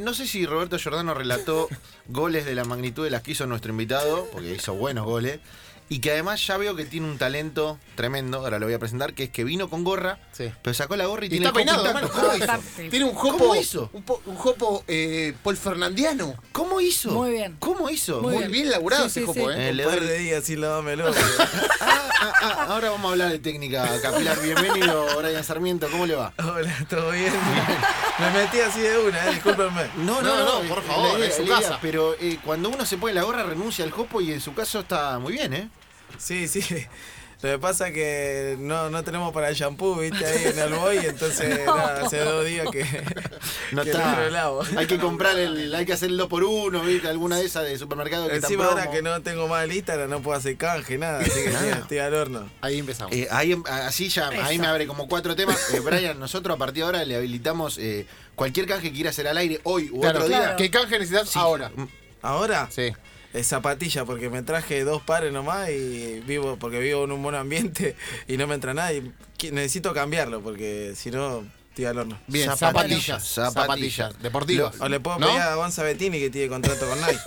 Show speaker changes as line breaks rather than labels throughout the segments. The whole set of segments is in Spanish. No sé si Roberto Giordano relató goles de la magnitud de las que hizo nuestro invitado, porque hizo buenos goles, y que además ya veo que tiene un talento tremendo, ahora lo voy a presentar, que es que vino con gorra,
Sí.
pero sacó la gorra y,
Y
tiene
está
el
peinado,
copo
hermano.
intacto.
¿Cómo hizo?
Aparte.
Tiene un jopo.
¿Cómo hizo?
Un, po- un jopo eh, Paul Fernandiano.
¿Cómo hizo?
Muy bien.
¿Cómo hizo?
Muy
Muy
bien.
bien, laburado
Sí,
ese
sí,
jopo,
sí.
¿eh?
Eh, le
Un par
doy-
de días sin lavármelo.
Ah, ah, ah, ahora vamos a hablar de técnica capilar. Bienvenido, Brian Sarmiento, ¿cómo le va?
Hola, ¿todo bien? Me metí así de una, eh, discúlpenme.
No,
no, no, por
eh, la
favor,
idea,
en su
la idea,
casa.
Pero eh, cuando uno se pone la gorra renuncia al copo y en su caso está muy bien, ¿eh?
Sí, sí. Lo que pasa es que no, no tenemos para el shampoo, viste, ahí en el boy, entonces nada, hace dos días que,
No
que
está.
no lo lavo.
Hay que comprar el, hay que hacer el 2 por 1 ¿viste? alguna de esas de supermercado que
Encima
están
ahora que no tengo más el Instagram no puedo hacer canje, nada, así que estoy, estoy al horno.
Ahí empezamos.
Eh, ahí, em- así ya, ahí me abre como cuatro temas. Eh, Brian, nosotros a partir de ahora le habilitamos eh, cualquier canje que quiera hacer al aire hoy u
Claro,
otro día.
claro.
¿Qué canje necesitas ahora?
¿Ahora?
Sí.
Es zapatilla, porque me traje dos pares nomás y vivo, porque vivo en un buen ambiente y no me entra nada y qui- necesito cambiarlo, porque si no, estoy al horno.
Bien,
Zapatillas,
zapatillas.
zapatillas.
Zapatillas. Deportivas.
O le puedo
¿No?
pedir a Gonza Bettini que tiene contrato con Nike.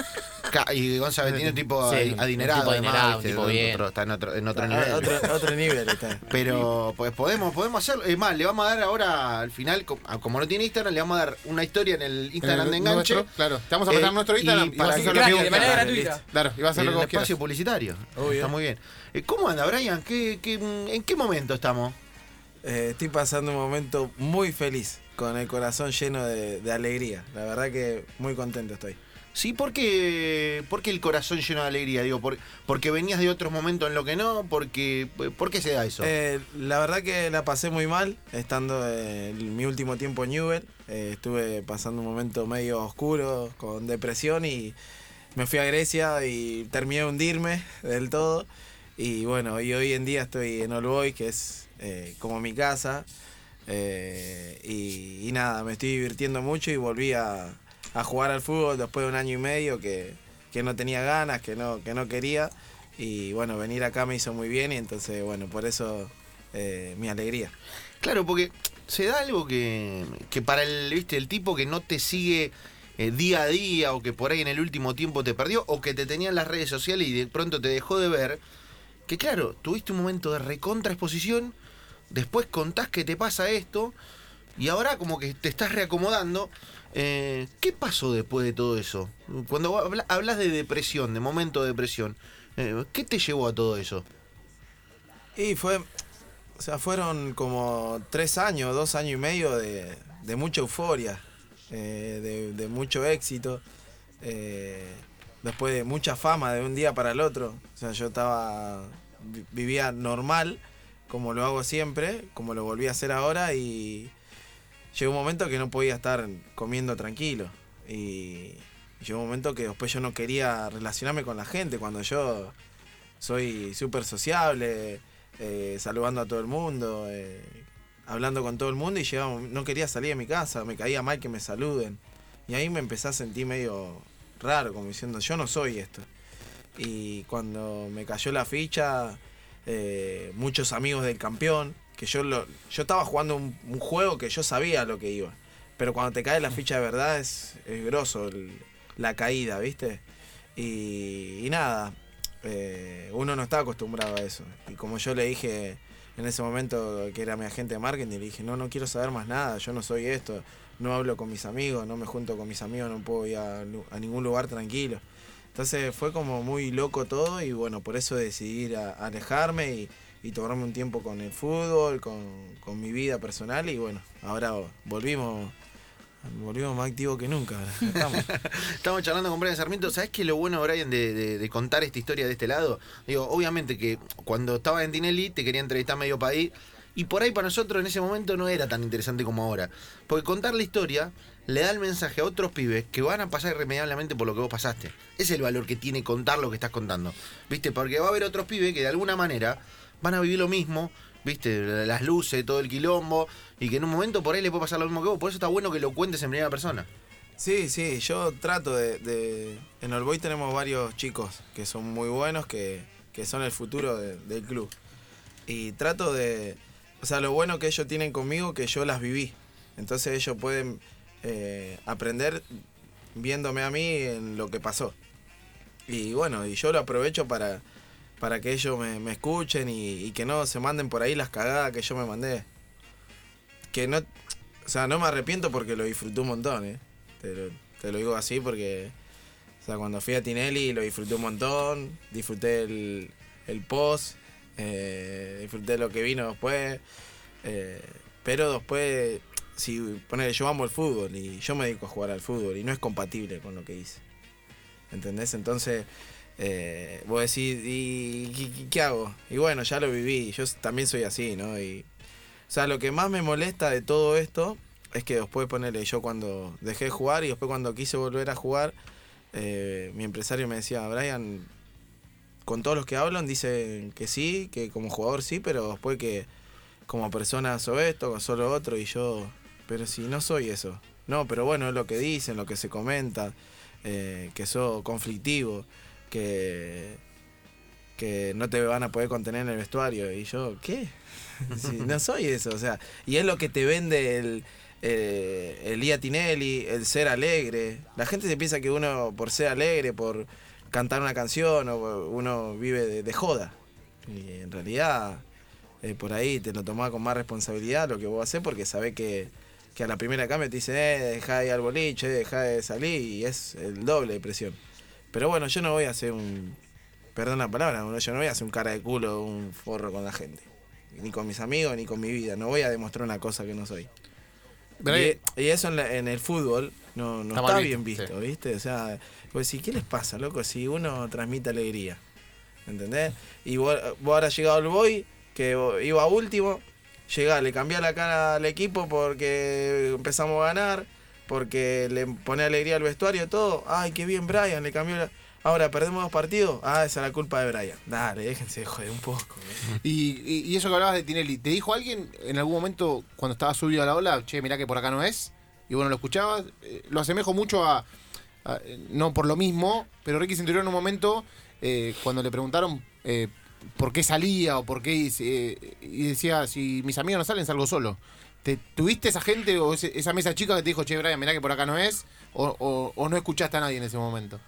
Ca- Y Gonzalo tiene un tipo
Sí,
adi-
un
adinerado,
tipo
además,
adinerado,
¿viste?
un tipo
Otro-
bien.
está en otro, en otro nivel.
A Ah, otro, a otro nivel está.
Pero pues podemos, podemos hacerlo. Es más, le vamos a dar ahora al final, co- a- como no tiene Instagram, le vamos a dar una historia en el
En el
Instagram de enganche.
nuestro, claro. Te vamos a apretar
Eh,
nuestro Instagram
y
y, vas a
para
hacer
que-
lo que
Gratis,
vos
de manera
quieras.
gratuita.
Claro, y vas a hacer
En
lo
el
que
Eh,
vos
espacio
quieras.
publicitario.
Obvio.
Está muy bien. Eh, ¿Cómo anda, Brian? ¿Qué, qué, mm, en qué momento estamos?
Eh, estoy pasando un momento muy feliz, con el corazón lleno de, de alegría. La verdad que muy contento estoy.
Sí, porque, porque el corazón lleno de alegría, digo, por- porque venías de otros momentos en lo que no, porque ¿por qué se da eso?
Eh, la verdad que la pasé muy mal estando en mi último tiempo en Newell. Eh, estuve pasando un momento medio oscuro, con depresión y me fui a Grecia y terminé de hundirme del todo. Y bueno, y hoy en día estoy en Olboy, que es eh, como mi casa. Eh, y, y nada, me estoy divirtiendo mucho y volví a, a jugar al fútbol después de un año y medio que, que no tenía ganas, que no, que no quería. Y bueno, venir acá me hizo muy bien y entonces, bueno, por eso eh, mi alegría.
Claro, porque se da algo que, que para el, ¿viste? el tipo que no te sigue eh, día a día o que por ahí en el último tiempo te perdió o que te tenía en las redes sociales y de pronto te dejó de ver, que claro, tuviste un momento de recontraexposición, después contás que te pasa esto y ahora como que te estás reacomodando. Eh, ¿Qué pasó después de todo eso? Cuando habla- hablas de depresión, de momento de depresión, eh, ¿qué te llevó a todo eso?
Y fue, o sea, fueron como tres años, dos años y medio de, de mucha euforia, eh, de, de mucho éxito, eh, después de mucha fama de un día para el otro. O sea, yo estaba, vi- vivía normal, como lo hago siempre, como lo volví a hacer ahora y llegó un momento que no podía estar comiendo tranquilo. Y llegó un momento que después yo no quería relacionarme con la gente cuando yo soy súper sociable, eh, saludando a todo el mundo, eh, hablando con todo el mundo y llegaba, no quería salir de mi casa, me caía mal que me saluden. Y ahí me empecé a sentir medio raro, como diciendo, yo no soy esto. Y cuando me cayó la ficha, eh, muchos amigos del campeón, que yo, lo, yo estaba jugando un, un juego que yo sabía lo que iba. Pero cuando te cae la ficha de verdad es, es grosso el- la caída, ¿viste? Y, y nada, eh, uno no está acostumbrado a eso. Y como yo le dije en ese momento que era mi agente de marketing, le dije, no, no quiero saber más nada, yo no soy esto, no hablo con mis amigos, no me junto con mis amigos, no puedo ir a, lu- a ningún lugar tranquilo. Entonces fue como muy loco todo y bueno, por eso decidí ir a- a alejarme y, y tomarme un tiempo con el fútbol, con, con mi vida personal y bueno, ahora volvimos, volvimos más activos que nunca. ahora estamos.
Estamos charlando con Brian Sarmiento. ¿Sabes qué es lo bueno, Brian, de, de- de contar esta historia de este lado? Digo, obviamente que cuando estaba en Tinelli te quería entrevistar medio país. Y por ahí para nosotros en ese momento no era tan interesante como ahora. Porque contar la historia le da el mensaje a otros pibes que van a pasar irremediablemente por lo que vos pasaste. Ese Es el valor que tiene contar lo que estás contando. ¿Viste? Porque va a haber otros pibes que de alguna manera van a vivir lo mismo. ¿Viste? Las luces, todo el quilombo. Y que en un momento por ahí le puede pasar lo mismo que vos. Por eso está bueno que lo cuentes en primera persona.
Sí, sí, yo trato de... de- En Olboy tenemos varios chicos que son muy buenos, que, que son el futuro de- del club. Y trato de... O sea, lo bueno que ellos tienen conmigo que yo las viví. Entonces ellos pueden eh, aprender viéndome a mí en lo que pasó. Y bueno, y yo lo aprovecho para, para que ellos me, me escuchen y, y que no se manden por ahí las cagadas que yo me mandé. Que no, o sea, no me arrepiento porque lo disfruté un montón, ¿eh? Te lo, te lo digo así porque, o sea, cuando fui a Tinelli lo disfruté un montón, disfruté el, el post, eh, disfruté lo que vino después, eh, pero después, si poner, yo amo el fútbol y yo me dedico a jugar al fútbol y no es compatible con lo que hice, ¿entendés? Entonces... eh, vos decís, ¿y qué- qué- qué hago? Y bueno, ya lo viví, yo también soy así, ¿no? Y o sea, lo que más me molesta de todo esto es que después ponerle yo cuando dejé de jugar y después cuando quise volver a jugar, eh, mi empresario me decía, Brian, con todos los que hablan dicen que sí, que como jugador sí, pero después que como persona soy esto, soy lo otro y yo, pero si no soy eso. No, pero bueno, es lo que dicen, lo que se comenta, eh, que soy conflictivo, que, que no te van a poder contener en el vestuario. Y yo, ¿qué? Sí, no soy eso, o sea, y es lo que te vende el, eh, el Ia Tinelli, el ser alegre. La gente se piensa que uno por ser alegre, por cantar una canción, o por- uno vive de, de joda. Y en realidad, eh, por ahí te lo tomás con más responsabilidad lo que vos haces porque sabés que, que a la primera cambio te dicen, eh, dejá de ir al boliche, dejá de salir, y es el doble de presión. Pero bueno, yo no voy a hacer un. Perdón la palabra, no, yo no voy a hacer un cara de culo, un forro con la gente. Ni con mis amigos, ni con mi vida. No voy a demostrar una cosa que no soy.
Brian,
Y, y eso en, la- en el fútbol no, no
Está
está,
mal visto,
bien visto,
sí.
¿viste? O sea, pues si, ¿qué les pasa, loco? Si uno transmite alegría, ¿entendés? Y vos, vos ahora llegado al boy, que vos iba último, llegá, le cambiá la cara al equipo porque empezamos a ganar, porque le pone alegría al vestuario, todo. Ay, qué bien, Brian, le cambió la... Ahora, ¿perdemos dos partidos? Ah, esa es la culpa de Brian. Dale, déjense de joder un poco. ¿eh?
Y, y- y eso que hablabas de Tinelli, ¿te dijo alguien en algún momento cuando estaba subido a la ola, che, mirá que por acá no es? Y bueno, lo escuchabas. Eh, lo asemejo mucho a, a- eh, No por lo mismo, pero Ricky Centurión en un momento, eh, cuando le preguntaron eh, por qué salía o por qué. eh, y decía, si mis amigos no salen, salgo solo. ¿Te, ¿Tuviste esa gente o ese- esa mesa chica que te dijo, che, Brian, mirá que por acá no es? O, o- o no escuchaste a nadie en ese momento?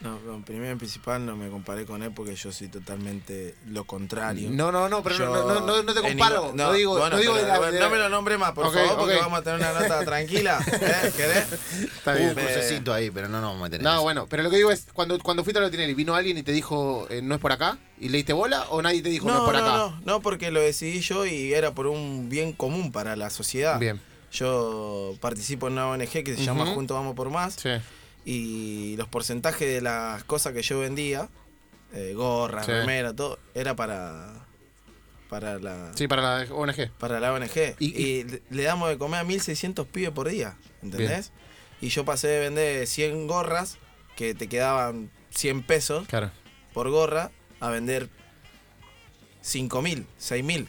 No, no, primero en principal no me comparé con él porque yo soy totalmente lo contrario.
No, no, no, pero
Yo-
no, no, no- no te
en
comparo.
ningún-
No, digo,
bueno,
no digo
pero,
de la-
a ver,
de la-
no me lo nombre más, por
Ok,
favor, porque
ok.
vamos a tener una nota tranquila. ¿eh? ¿Querés? Uh,
Está
Un
bien.
crucecito Uh, ahí, pero no nos vamos a meter en
No,
eso.
bueno, pero lo que digo es, cuando, cuando fuiste a lo de Tinelli, ¿vino alguien y te dijo, eh, no es por acá? ¿Y le diste bola o nadie te dijo, no, es
No, no,
por acá?
no, no, porque lo decidí yo y era por un bien común para la sociedad.
Bien,
Yo participo en una ONG que se llama
Ujú.
Juntos Vamos por Más.
sí.
y los porcentajes de las cosas que yo vendía, eh, gorras,
Sí.
remera, todo, era para para la
Sí, para la ONG.
para la ONG.
Y-
Y,
y-
le- le damos de comer a 1600 pibes por día, ¿entendés? Y yo pasé de vender 100 gorras, que te quedaban 100 pesos
Claro.
por gorra, a vender 5000, 6000,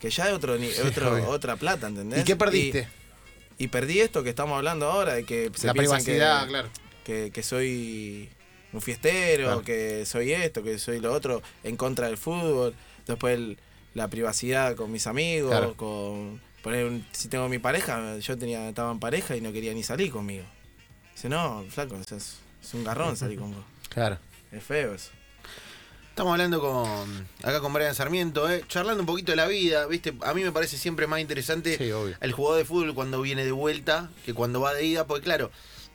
que ya es otro, ni- otro-
obvio.
otra plata, ¿entendés?
¿Y qué perdiste?
Y, y perdí esto que estamos hablando ahora, de que se
la
piensan que-
privacidad, claro.
que, que soy un fiestero,
Claro.
que soy esto, que soy lo otro, en contra del fútbol, después el- la privacidad con mis amigos,
Claro.
con poner un- si tengo mi pareja, yo tenía, estaba en pareja y no quería ni salir conmigo. Dice, no, flaco, eso es, es un garrón salir con vos.
Claro.
Es feo eso.
Estamos hablando con acá con Brian Sarmiento, eh, charlando un poquito de la vida, ¿viste? A mí me parece siempre más interesante
Sí, obvio.
el jugador de fútbol cuando viene de vuelta que cuando va de ida, porque claro,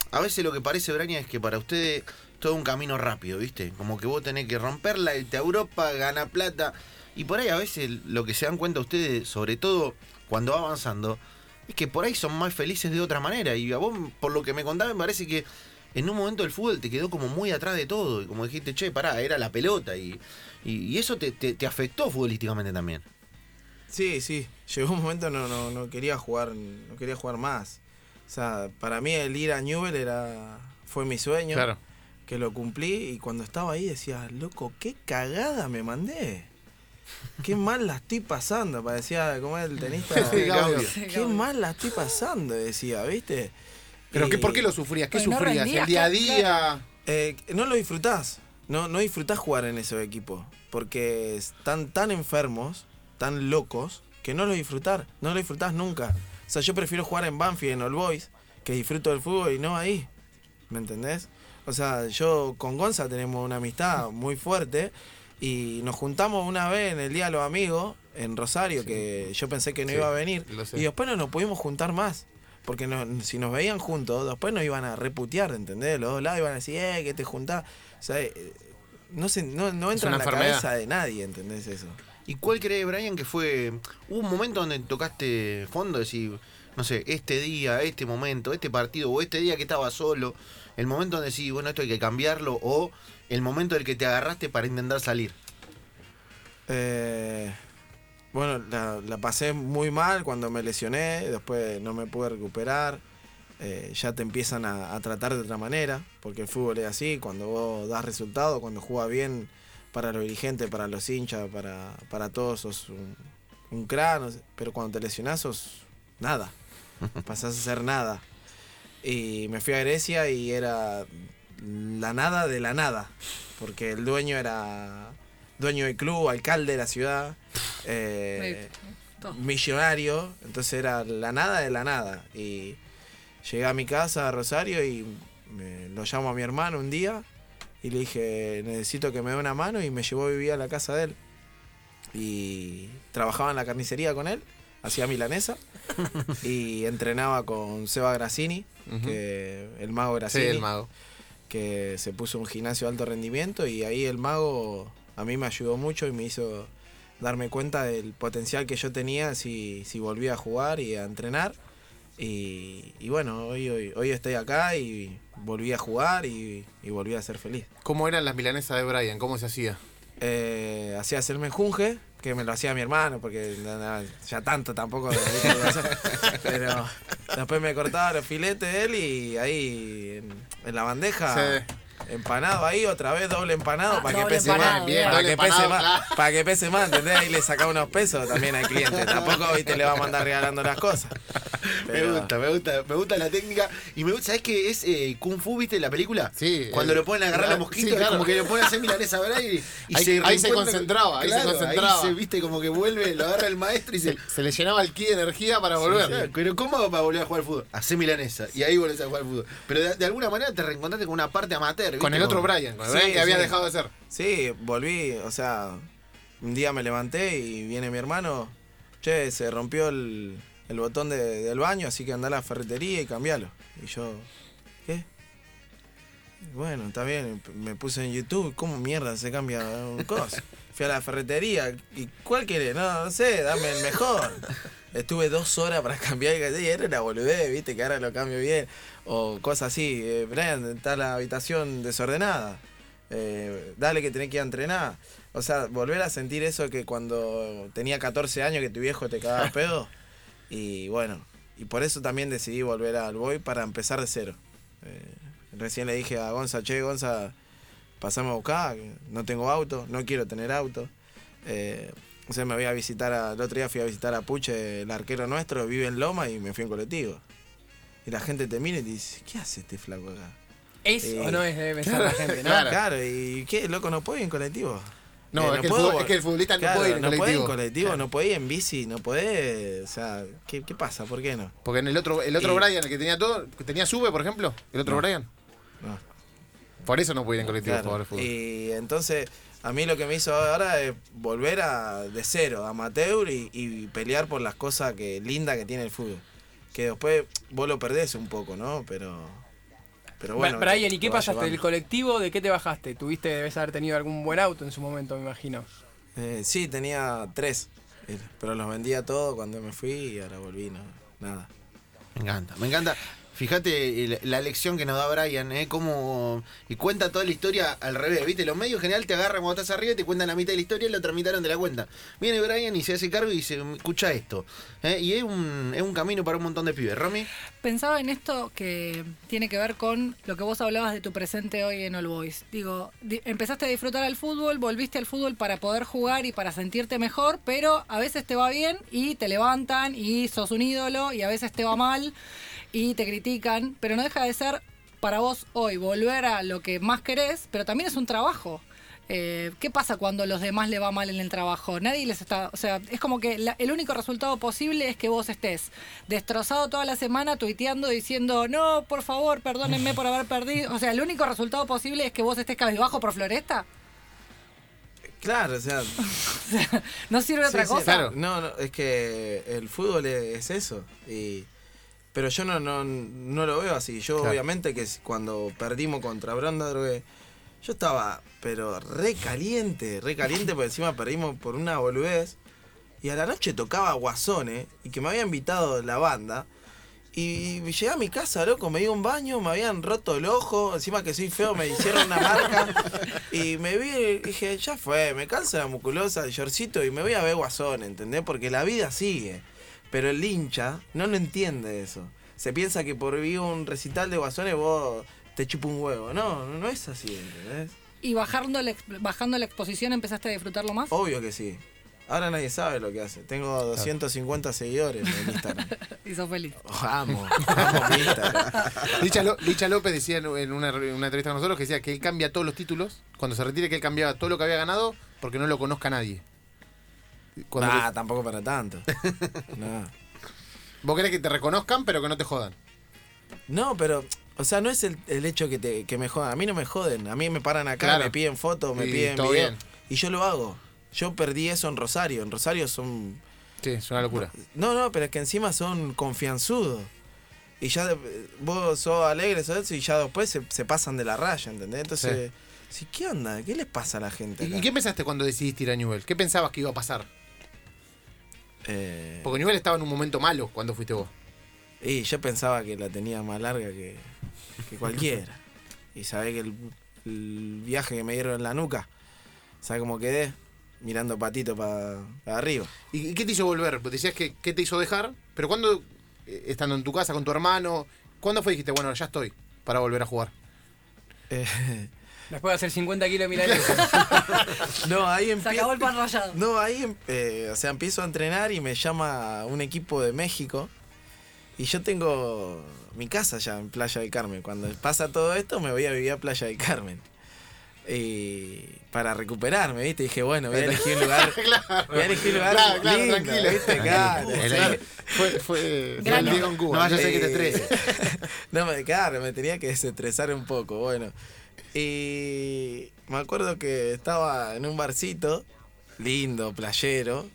a veces lo que parece, Brian, es que para ustedes todo un camino rápido, ¿viste? Como que vos tenés que romperla, irte a Europa, gana plata. Y por ahí a veces lo que se dan cuenta ustedes, sobre todo cuando va avanzando, es que por ahí son más felices de otra manera. Y a vos, por lo que me contaba, me parece que en un momento el fútbol te quedó como muy atrás de todo. Y como dijiste, che, pará, era la pelota. Y, y, y eso te, te- te afectó futbolísticamente también.
Sí, sí. Llegó un momento no, no, no quería jugar, no quería jugar más. O sea, para mí el ir a Newell era fue mi sueño.
Claro.
que lo cumplí y cuando estaba ahí decía, loco, qué cagada me mandé. Qué mal la estoy pasando, parecía como el tenista.
Sí, Gaudio.
Qué mal la estoy pasando, decía, ¿viste?
Pero
Y,
¿qué, ¿por qué lo sufrías? ¿Qué
Pues no
sufrías? ¿El
rendías,
día a
claro,
día?
eh, no lo disfrutás. No, no disfrutás jugar en esos equipos. Porque están tan enfermos, tan locos, que no lo disfrutás. No lo disfrutás nunca. O sea, yo prefiero jugar en Banfield, en All Boys, que disfruto del fútbol y no ahí. ¿Me entendés? O sea, yo con Gonza tenemos una amistad muy fuerte y nos juntamos una vez en el Día de los Amigos en Rosario, que yo pensé que no
Sí,
iba a venir.
lo sé.
Y después no nos pudimos juntar más. Porque no- si nos veían juntos, después nos iban a reputear, ¿entendés? Los dos lados iban a decir, eh, que te juntás. O sea, eh, no, se, no, no entra
una
en la
enfermedad.
cabeza de nadie, ¿entendés eso?
¿Y cuál cree, Brian, que fue. Hubo un momento donde tocaste fondo, decir, no sé, este día, este momento, este partido, o este día que estaba solo, el momento donde decís, bueno, esto hay que cambiarlo, o el momento del que te agarraste para intentar salir.
Eh, bueno, la, la pasé muy mal cuando me lesioné, después no me pude recuperar. Eh, ya te empiezan a, a tratar de otra manera, porque el fútbol es así, cuando vos das resultado, cuando jugás bien para los dirigentes, para los hinchas, para, para todos, sos un, un crack, no sé, pero cuando te lesionás sos nada, pasás a ser nada. Y me fui a Grecia y era la nada de la nada, porque el dueño era dueño del club, alcalde de la ciudad, eh,
Todo.
millonario, entonces era la nada de la nada. Y llegué a mi casa, a Rosario, y me- lo llamo a mi hermano un día y le dije, necesito que me dé una mano y me llevó a vivir a la casa de él. Y trabajaba en la carnicería con él, hacía milanesa y entrenaba con Seba Grassini,
Ujú.
que el mago
Sí,
Grassini
el mago.
que se puso un gimnasio de alto rendimiento y ahí el mago a mí me ayudó mucho y me hizo darme cuenta del potencial que yo tenía si, si volvía a jugar y a entrenar. Y, y bueno, hoy, hoy, hoy estoy acá y volví a jugar y, y volví a ser feliz.
¿Cómo eran las milanesas de Brian? ¿Cómo se hacía?
Eh, hacía hacerme junge, que me lo hacía mi hermano, porque na- na, ya tanto tampoco. ¿viste? Pero después me cortaba los filetes él y ahí en, en la bandeja.
Sí.
Empanado ahí, otra vez doble empanado
Ah,
para que
doble
pese
empanado,
más.
bien.
para,
Doble
que pese
empanado,
más
claro.
para que pese más, ¿entendés? Ahí le saca unos pesos también al cliente. Tampoco hoy te le vamos a andar regalando las cosas. Pero-
Me gusta, me gusta, me gusta la técnica. Y me gusta, ¿sabes qué es eh, Kung Fu, viste la película?
Sí,
Cuando
el-
lo ponen a agarrar
la-
los mosquitos,
sí,
es
claro.
como que lo ponen a hacer milanesa a y, y
Ahí- ahí se
reencuentra-
concentraba, ahí se
Claro,
concentraba.
Ahí se, viste, como que vuelve, lo agarra el maestro y se.
Se, se le llenaba el ki de energía para
Claro,
volver.
Pero ¿cómo hago para volver a jugar al fútbol? Hacé milanesa y ahí volvés a jugar al fútbol. Pero de, de alguna manera te reencontraste con una parte amateur. ¿viste?
Con el otro
Como-
Brian, con el
Sí,
Brian que había
sí.
dejado de ser.
Sí, volví, o sea, un día me levanté y viene mi hermano, che, se rompió el, el botón de- del baño, así que anda a la ferretería y cambialo. Y yo, ¿qué? Bueno, está bien, me puse en YouTube, ¿cómo mierda se cambia un cos? Fui a la ferretería, ¿y cuál querés? No, no sé, dame el mejor. Estuve dos horas para cambiar, y era una boludez, viste, que ahora lo cambio bien. O cosas así, eh, Brian, está la habitación desordenada. Eh, dale que tenés que ir a entrenar. O sea, volver a sentir eso que cuando tenía 14 años que tu viejo te cagaba a pedo. Y bueno, y por eso también decidí volver al Boy para empezar de cero. Eh, recién le dije a Gonza, che, Gonza, pasame a buscar, que no tengo auto, no quiero tener auto. Eh, o sea, me voy a visitar, a- el otro día fui a visitar a Puche, el arquero nuestro, vive en Loma y me fui en colectivo. Y la gente te mira y te dice, ¿qué hace este flaco acá?
¿Es
Sí.
o no es? Debe pensar la gente, ¿no?
claro.
Claro. y qué, loco, no puede ir en colectivo.
No,
Eh,
es, que el
puedo
fútbol-
vol-
es que el futbolista
Claro,
no puede ir en
no puede ir
colectivo.
en colectivo, no puede ir en bici, no puede. O sea, ¿qué, qué pasa? ¿Por qué no?
Porque en el otro, el otro
Y-
Brian, el que tenía todo, que tenía sube, por ejemplo, el otro Brian.
No,
Por eso no puede ir en colectivo
claro.
a jugar al fútbol.
Y entonces, a mí lo que me hizo ahora es volver a, de cero, amateur y, y pelear por las cosas que lindas que tiene el fútbol. Que después vos lo perdés un poco, ¿no? Pero. Pero bueno.
Bra- Brian, ¿y qué
lo vas
pasaste? ¿Del
llevando.
colectivo? ¿De qué te bajaste? Tuviste, debes haber tenido algún buen auto en su momento, me imagino.
Eh, sí, tenía tres. eh, Pero los vendía todo cuando me fui y ahora volví, no, nada.
Me encanta, me encanta. Fíjate el- la lección que nos da Brian, ¿eh? Cómo, y cuenta toda la historia al revés, ¿viste? Los medios en general te agarran cuando estás arriba y te cuentan la mitad de la historia y la otra mitad no te la cuenta. Viene Brian y se hace cargo y dice, escucha esto. ¿eh? Y es un, es un camino para un montón de pibes. Romy,
Pensaba en esto que tiene que ver con lo que vos hablabas de tu presente hoy en All Boys. Digo, di- empezaste a disfrutar al fútbol, volviste al fútbol para poder jugar y para sentirte mejor, pero a veces te va bien y te levantan y sos un ídolo y a veces te va mal y te critican, pero no deja de ser para vos hoy volver a lo que más querés, pero también es un trabajo. eh, ¿qué pasa cuando a los demás le va mal en el trabajo? Nadie les está, o sea, es como que la- el único resultado posible es que vos estés destrozado toda la semana tuiteando diciendo, no, por favor, perdónenme por haber perdido. O sea, el único resultado posible es que vos estés cabizbajo por floresta.
Claro, o sea.
No sirve otra
Sí, sí,
cosa.
claro. No, no, es que el fútbol es, es eso. Y, pero yo no, no, no lo veo así. Yo
Claro.
obviamente que si- cuando perdimos contra Brondadrogue, yo estaba, pero re caliente, re caliente, porque encima perdimos por una boludez. Y a la noche tocaba Guasone, y que me había invitado la banda. Y llegué a mi casa, loco, me di un baño, me habían roto el ojo, encima que soy feo, me hicieron una marca. Y me vi, y dije, ya fue, me cansa la musculosa, el shortcito y me voy a ver guasón, ¿entendés? Porque la vida sigue. Pero el hincha no lo entiende eso. Se piensa que por vivir un recital de guasones vos te chupa un huevo. No, no es así, ¿entendés?
Y bajando la, ex- bajando la exposición empezaste a disfrutarlo más.
Obvio que sí. Ahora nadie sabe lo que hace. Tengo 250 seguidores en Instagram. Oh,
Y sos feliz.
Amo, amo mi Instagram.
Licha, Ló- Licha López decía en en una, en una entrevista con nosotros que decía que él cambia todos los títulos. Cuando se retire, que él cambiaba todo lo que había ganado porque no lo conozca nadie. Cuando
Nah, tampoco para tanto. No.
te- vos querés que te reconozcan, pero que no te jodan.
No, pero, o sea, no es el, el hecho que, te, que me jodan. A mí no me joden. A mí me paran acá,
Claro.
me piden fotos, me
Y
piden
todo
video.
bien.
Y yo lo hago. Yo perdí eso en Rosario. En Rosario son...
Sí, es una locura.
No, no, pero es que encima son confianzudos. Y ya de- vos sos alegre, sos eso, y ya después se, se pasan de la raya, ¿entendés? Entonces, sí, ¿qué onda? ¿Qué les pasa a la gente
¿Y,
acá?
y qué pensaste cuando decidiste ir a Newell? ¿Qué pensabas que iba a pasar?
Eh,
Porque Newell estaba en un momento malo cuando fuiste vos.
Y yo pensaba que la tenía más larga que, que cualquiera. y sabés que el, el viaje que me dieron en la nuca, ¿sabés cómo quedé? Mirando patito para arriba.
¿Y, y qué te hizo volver? Porque decías que qué te hizo dejar, pero cuando estando en tu casa con tu hermano, ¿cuándo fue y dijiste, bueno, ya estoy para volver a jugar?
Eh,
Después de hacer 50 kilos de milanesas.
no, ahí
Se
empie-
acabó el pan rallado.
No, ahí em- eh, o sea, empiezo a entrenar y me llama un equipo de México. Y yo tengo mi casa ya en Playa del Carmen. Cuando pasa todo esto, me voy a vivir a Playa del Carmen. Y para recuperarme, ¿viste? Dije, bueno, voy a elegir un lugar. Voy a elegir un lugar.
Claro, claro,
lindo,
tranquilo.
¿viste? Claro.
El
Claro.
aire.
Fue, fue, fue
Gran
el Diego en
No
Cuba.
vaya a ser que te
Eh,
estreses.
No, me, claro, me tenía que desestresar un poco, bueno. Y me acuerdo que estaba en un barcito, lindo, playero,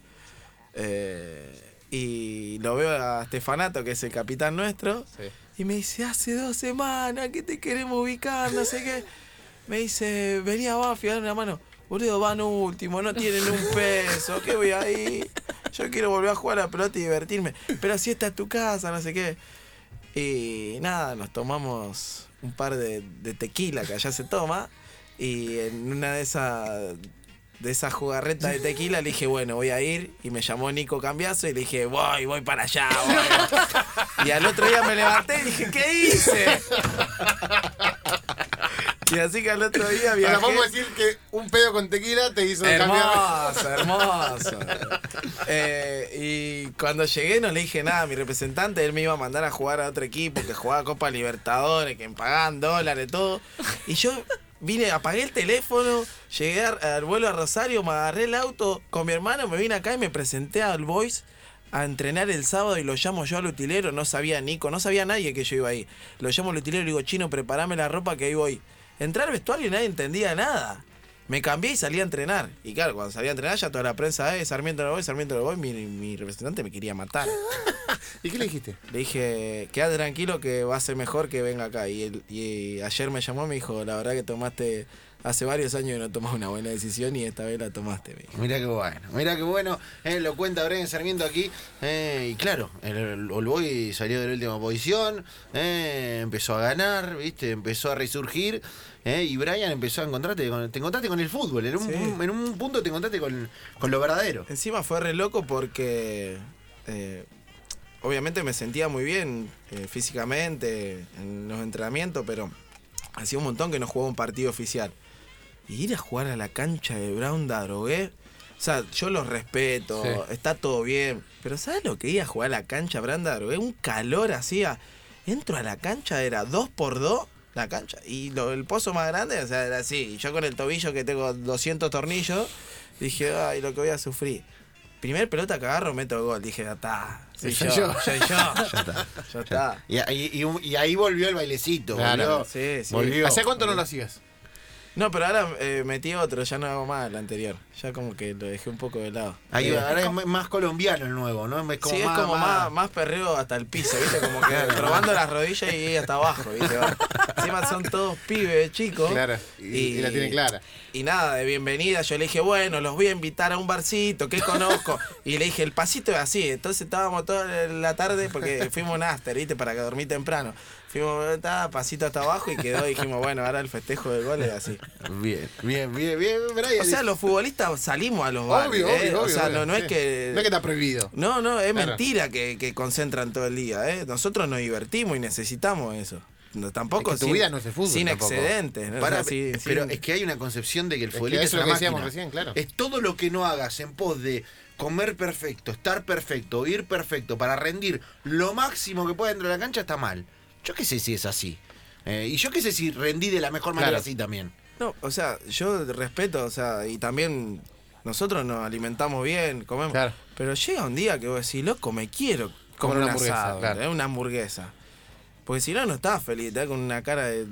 eh, y lo veo a Stefanato, que es el capitán nuestro,
Sí.
y me dice, hace dos semanas que te queremos ubicar, no sé qué. Me dice, venía a Bafi, dale una mano. Boludo, van último, no tienen un peso, ¿qué voy ahí? Yo quiero volver a jugar a pelota y divertirme. Pero si esta es tu casa, no sé qué. Y nada, nos tomamos un par de, de tequila que allá se toma. Y en una de esas de esas jugarretas de tequila le dije, bueno, voy a ir. Y me llamó Nico Cambiazo y le dije, voy, voy para allá. voy. Y al otro día me levanté y dije, ¿qué hice? Y así que al otro día
Ahora
viajé.
vamos a decir que un pedo con tequila te hizo cambiar.
Hermoso, hermoso. Eh, y cuando llegué no le dije nada a mi representante, él me iba a mandar a jugar a otro equipo que jugaba Copa Libertadores, que me pagaban dólares, todo. Y yo vine, apagué el teléfono, llegué al, al vuelo a Rosario, me agarré el auto con mi hermano, me vine acá y me presenté al Boys a entrenar el sábado y lo llamo yo al utilero, no sabía Nico, no sabía nadie que yo iba ahí. Lo llamo al utilero y le digo, chino, prepárame la ropa que ahí voy. Entré al vestuario y nadie entendía nada. Me cambié y salí a entrenar. Y claro, cuando salí a entrenar ya toda la prensa, eh, Sarmiento lo voy, Sarmiento lo voy, mi, mi representante me quería matar.
¿Y qué le dijiste?
Le dije, quédate tranquilo que va a ser mejor que venga acá. Y, él- y ayer me llamó y me dijo, la verdad que tomaste, hace varios años que no tomas una buena decisión y esta vez la tomaste. Me dijo.
Mirá qué bueno, mirá qué bueno, eh, lo cuenta Bren Sarmiento aquí. eh, y claro, el, el All Boy salió de la última posición, eh, empezó a ganar, viste, empezó a resurgir. eh, y Brian empezó a encontrarte, con, te encontraste con el fútbol, en un,
Sí.
en un punto te encontraste con, con lo verdadero.
Encima fue re loco porque eh, obviamente me sentía muy bien eh, físicamente en los entrenamientos, pero hacía un montón que no jugaba un partido oficial. Y ir a jugar a la cancha de Brown Dadrogué, o sea, yo los respeto,
Sí.
está todo bien, pero ¿sabes lo que iba a jugar a la cancha Brown Dadrogué? Un calor hacía. Entro a la cancha, era 2 por 2 la cancha. Y lo- el pozo más grande, o sea, era así. Y Yo con el tobillo que tengo 200 tornillos, dije, ay, lo que voy a sufrir. Primer pelota que agarro, meto gol. Dije, ya está. Soy
Sí,
yo,
soy yo.
soy yo. ya está.
Y, ahí- y un- y ahí volvió el bailecito.
Claro,
Volvió,
sí, sí.
volvió.
¿Hace cuánto no lo hacías?
No, pero ahora eh, metí otro, ya no hago más el anterior. Ya como que lo dejé un poco de lado.
Ahí,
Eh,
ahora es más- más colombiano el nuevo, ¿no? Es como
sí,
más-
es como más,
más-
más, perreo hasta el piso, ¿viste? Como que robando las rodillas y hasta abajo, ¿viste? Va. Encima son todos pibes, chicos.
Claro, y- y la tienen clara.
Y nada, de bienvenida, yo le dije, bueno, los voy a invitar a un barcito, que conozco. Y le dije, el pasito es así. Entonces estábamos toda la tarde, porque fuimos a un after, ¿viste? Para que dormí temprano. Fuimos, estaba pasito hasta abajo y quedó. Dijimos, bueno, ahora el festejo del gol es así.
Bien, bien, bien, bien, Brian.
O sea, los futbolistas salimos a los bares.
Obvio,
¿eh?
obvio, obvio.
O sea,
obvio.
no, no es
Sí.
que.
No es que está prohibido.
No, no, es
Claro.
mentira que, que concentran todo el día. ¿eh? Nosotros nos divertimos y necesitamos eso. No, tampoco
Es que tu
sin,
vida no es el fútbol
Sin
tampoco.
excedentes. ¿no? O
Pará,
sea, sí,
pero
sin-
es que hay una concepción de que el
que
futbolista es,
eso es
una
lo que decíamos
máquina.
recién, claro.
Es todo lo que no hagas en pos de comer perfecto, estar perfecto, ir perfecto, para rendir lo máximo que pueda dentro de la cancha está mal. Yo qué sé si es así. Eh, y yo qué sé si rendí de la mejor manera
Claro.
así también.
No, o sea, yo respeto, o sea, y también nosotros nos alimentamos bien, comemos.
Claro.
Pero llega un día que vos decís, loco, me quiero comer
Comer una
una
hamburguesa,
hamburguesa.
claro.
Una hamburguesa. Porque si no, no estás feliz, estás con una cara de,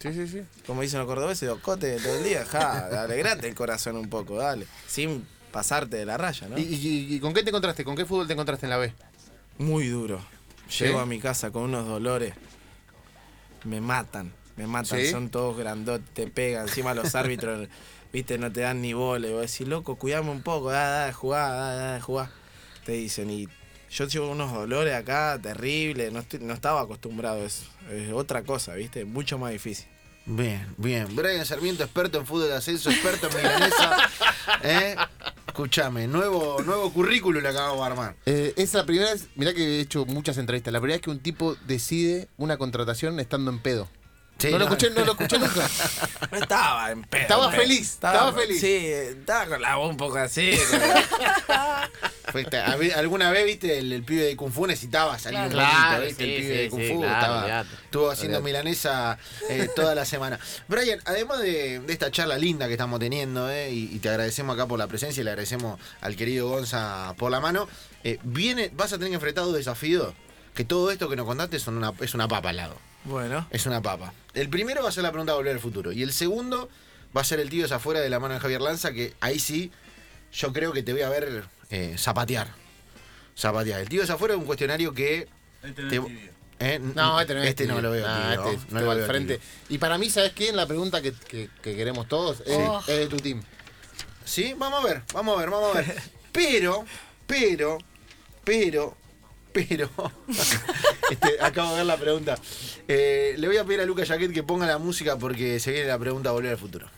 Sí, sí, sí.
como dicen los cordobeses, cotes todo el día. Ja, alegrate el corazón un poco, dale. Sin pasarte de la raya, ¿no?
¿Y, y- y con qué te encontraste? ¿Con qué fútbol te encontraste en la B?
Muy duro. Llego
¿Sí?
a mi casa con unos dolores. Me matan, me matan.
¿Sí?
Son todos grandotes, te pegan. Encima los árbitros, viste, no te dan ni bola. Y vos decís, loco, cuidame un poco, da, da, jugá, da, da, jugá. Te dicen, y yo llevo unos dolores acá, terribles. No, estoy- no estaba acostumbrado a eso. Es otra cosa, viste, mucho más difícil.
Bien, bien. Brian Sarmiento, experto en fútbol de ascenso, experto en milanesa. ¿Eh? Escúchame, nuevo, nuevo currículum le acabamos de armar.
Eh, es la primera vez, mirá que he hecho muchas entrevistas, la primera vez que un tipo decide una contratación estando en pedo.
Sí,
no, lo
no.
escuché, no lo escuché nunca.
No estaba en pedo.
Estaba
pero-
feliz, estaba feliz.
Sí, estaba con la voz un poco así. pero-
Fue esta- a ver, alguna vez, viste, el, el pibe de Kung Fu necesitaba salir un
Claro,
ratito, ¿viste?
sí,
el pibe
sí,
de Kung
sí,
Fu
claro,
estaba-
olvidate,
estuvo haciendo milanesa eh, toda la semana. Brian, además de, de esta charla linda que estamos teniendo, eh, y, y te agradecemos acá por la presencia y le agradecemos al querido Gonza por la mano, eh, viene, vas a tener que enfrentar dos desafíos. Que todo esto que nos contaste son una, es una papa al lado.
bueno.
Es una papa. El primero va a ser la pregunta de Volver al Futuro. Y el segundo va a ser el tío es afuera de la mano de Javier Lanza, que ahí sí, yo creo que te voy a ver eh, zapatear. Zapatear. El tío es afuera es un cuestionario que. te- Eh, n-
No, este no es
este no
tibio.
lo veo.
No,
tibio,
este
no
estuvo
lo
al
veo
frente.
tibio.
Y para mí, ¿sabes qué? La pregunta que, que- que queremos todos es,
Oh.
es de tu team.
Sí, vamos a ver, vamos a ver, vamos a ver. Pero, pero, pero, pero. Este, acabo de ver la pregunta. Eh, le voy a pedir a Luca Jaquet que ponga la música porque se viene la pregunta Volver al Futuro.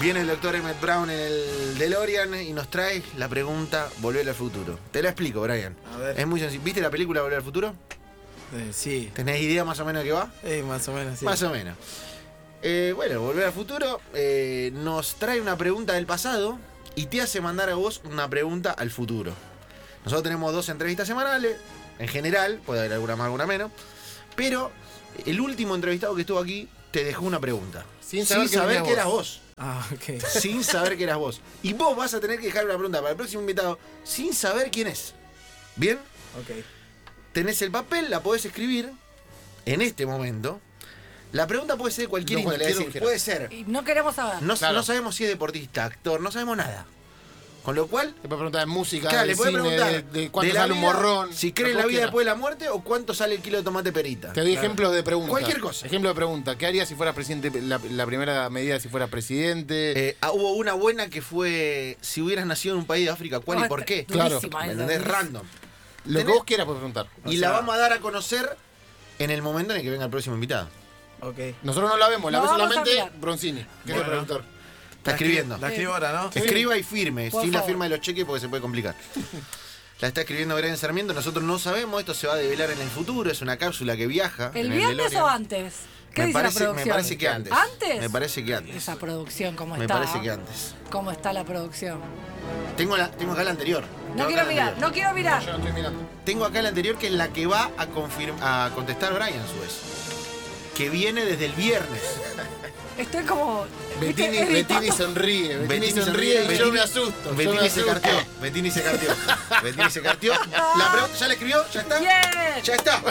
Viene el doctor Emmett Brown en el DeLorean y nos trae la pregunta Volver al futuro. Te la explico, Brian.
A ver.
Es muy sencillo. ¿Viste la película Volver al futuro?
Eh, sí.
¿Tenés idea más o menos de qué va?
Eh, más o menos, sí.
Más o menos. Eh, bueno, Volver al futuro eh, nos trae una pregunta del pasado y te hace mandar a vos una pregunta al futuro. Nosotros tenemos dos entrevistas semanales, en general, puede haber alguna más, alguna menos, pero el último entrevistado que estuvo aquí te dejó una pregunta.
Sin saber que
saber
venías
que eras
vos.
vos
Ah, ok.
sin saber que eras vos. Y vos vas a tener que dejar una pregunta para el próximo invitado sin saber quién es. ¿Bien?
Ok.
Tenés el papel, la podés escribir en este momento. La pregunta puede ser de cualquier
De
índole, es
cualquier
decir,
objeto.
puede ser.
Y no queremos saber.
No,
Claro.
no sabemos si es deportista, actor, no sabemos nada. Con lo cual,
Te puedes preguntar de música,
claro,
de
le podés
cine,
preguntar
de, de cuánto
de la
sale un
vida,
morrón.
Si cree en
lo
la
que
vida
quiera.
después de la muerte o cuánto sale el kilo de tomate perita.
Te doy ejemplos de preguntas.
Cualquier cosa.
Ejemplo de pregunta. ¿Qué harías si fueras presidente? La, la primera medida si fueras presidente.
Eh, ah, hubo una buena que fue si hubieras nacido en un país de África, ¿cuál
No,
y por
es
qué?
durísima
Claro,
esa,
¿Me entendés?
durísima.
Random.
lo que
tenés-
vos quieras puedes preguntar.
Y la vamos a dar a conocer en el momento en el que venga el próximo invitado.
Ok.
Nosotros no la vemos, la
No,
ve
vamos a
solamente
mirar.
Bronzini. ¿Qué te
Bueno.
preguntar?
Está
La
escribiendo.
escri- La escribo ahora, ¿no?
Escriba y firme,
Por
sin la
favor.
firma de los cheques porque se puede complicar. La está escribiendo Brian Sarmiento, nosotros no sabemos, esto se va a develar en el futuro, es una cápsula que viaja.
¿El
en
viernes
DeLorean.
o antes? ¿Qué
me
dice
parece,
la
me
producción?
parece que antes.
¿Antes?
Me parece que antes.
Esa producción, ¿cómo
Me
está?
parece
ah?
que antes.
¿Cómo está la producción?
Tengo, la, tengo acá la anterior. Tengo
No
acá
quiero
la
mirar,
anterior.
no quiero mirar.
estoy mirando.
Tengo acá la anterior que es la que va a, confirm- a contestar Brian Suez. Que viene desde el viernes.
Estoy como. ¿viste?
Bettini,
Es mi
Bettini
papá.
sonríe, Bettini sonríe y yo
Bettini-
me asusto. yo me
Bettini se
asusto.
carteó. Bettini se carteó. Bettini se carteó. La pre- ¿Ya la escribió? ¿Ya está?
Bien.
Ya está.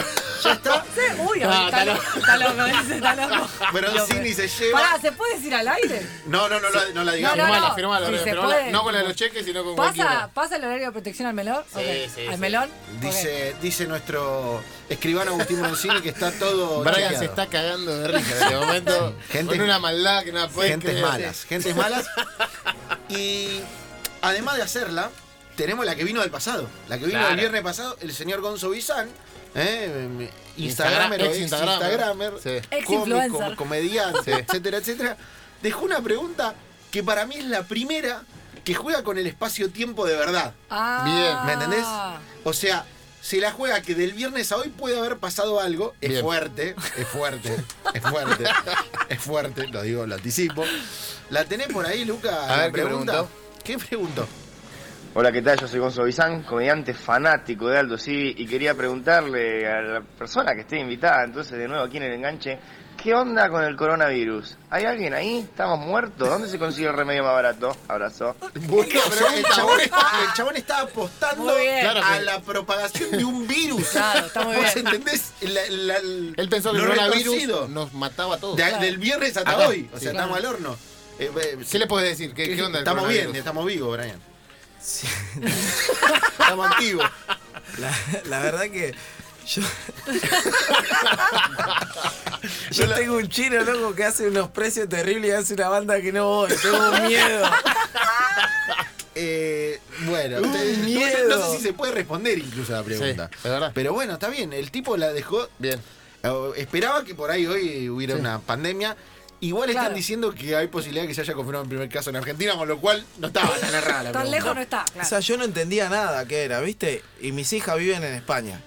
Ya está.
Sí, uy,
Ah,
está,
está
lo- está loco, ese está loco.
Bronzini se lleva.
Pará, ¿se puede decir al aire?
No, no, no, la- no la digamos.
No, no,
Firmala,
no.
firmala,
Si se
firmala.
puede.
No con la de los cheques, sino con
¿Pasa,
cualquiera.
¿Pasa el horario de protección al melón?
Sí,
Ok,
sí,
¿Al
sí.
melón? Ok.
Dice, dice nuestro escribano Agustín Bronzini que está todo.
Brian
chequeado.
se está cagando de risa en este momento.
Gente-
con una maldad que no la puedes
Gentes
creer.
malas, gentes malas. Y además de hacerla, tenemos la que vino del pasado. La que vino
Claro.
el viernes pasado, el señor Gonzo Bizán. ¿eh?
Instagram-
Instagramer, o ex
ex-instagramer.
Instagramer,
Sí.
Ex
cómico,
influencer.
comediante, etcétera, etcétera. Dejó una pregunta que para mí es la primera que juega con el espacio-tiempo de verdad.
Ah.
Bien,
¿Me entendés? O sea, se la juega que del viernes a hoy puede haber pasado algo. Es
Bien.
fuerte, es fuerte, es fuerte, es fuerte, lo digo, lo anticipo. ¿La tenés por ahí, Luca?
A
la
ver, ¿qué preguntó?
¿Qué preguntó?
Hola, ¿qué tal? Yo soy Gonzo Bizán, comediante fanático de Aldo Civi y quería preguntarle a la persona que esté invitada, entonces de nuevo aquí en el enganche, ¿qué onda con el coronavirus? ¿Hay alguien ahí? ¿Estamos muertos? ¿Dónde se consigue el remedio más barato? Abrazo.
Bueno, pero el chabón, está, el chabón está apostando
Muy bien.
Claro
a
que-
la propagación de un virus.
Claro, está muy
¿Vos
bien.
entendés? La- la- el-
Él pensó que el
lo
coronavirus
retorcido.
nos mataba a todos.
De- Del viernes hasta
Acá,
hoy. O
sí.
sea, estamos al horno. Eh, eh,
¿Qué le podés decir? ¿Qué,
¿qué-
qué onda el
Estamos bien,
coronavirus?
estamos vivos, Brian. estamos activos.
La, la verdad que yo. yo tengo un chino, loco, que hace unos precios terribles y hace una banda que no voy. Tengo miedo.
Eh, bueno,
Un
te- no-
miedo.
No, sé si se puede responder incluso a la pregunta.
Sí, es verdad.
Pero bueno, está bien, el tipo la dejó.
Bien.
eh, Esperaba que por ahí hoy hubiera una pandemia. Igual
Claro.
están diciendo que hay posibilidad que se haya confirmado el primer caso en Argentina, con lo cual no estaba tan errada la
Tan
pregunta.
lejos no está,
O
claro.
sea, yo no entendía nada que era, ¿viste? Y mis hijas viven en España.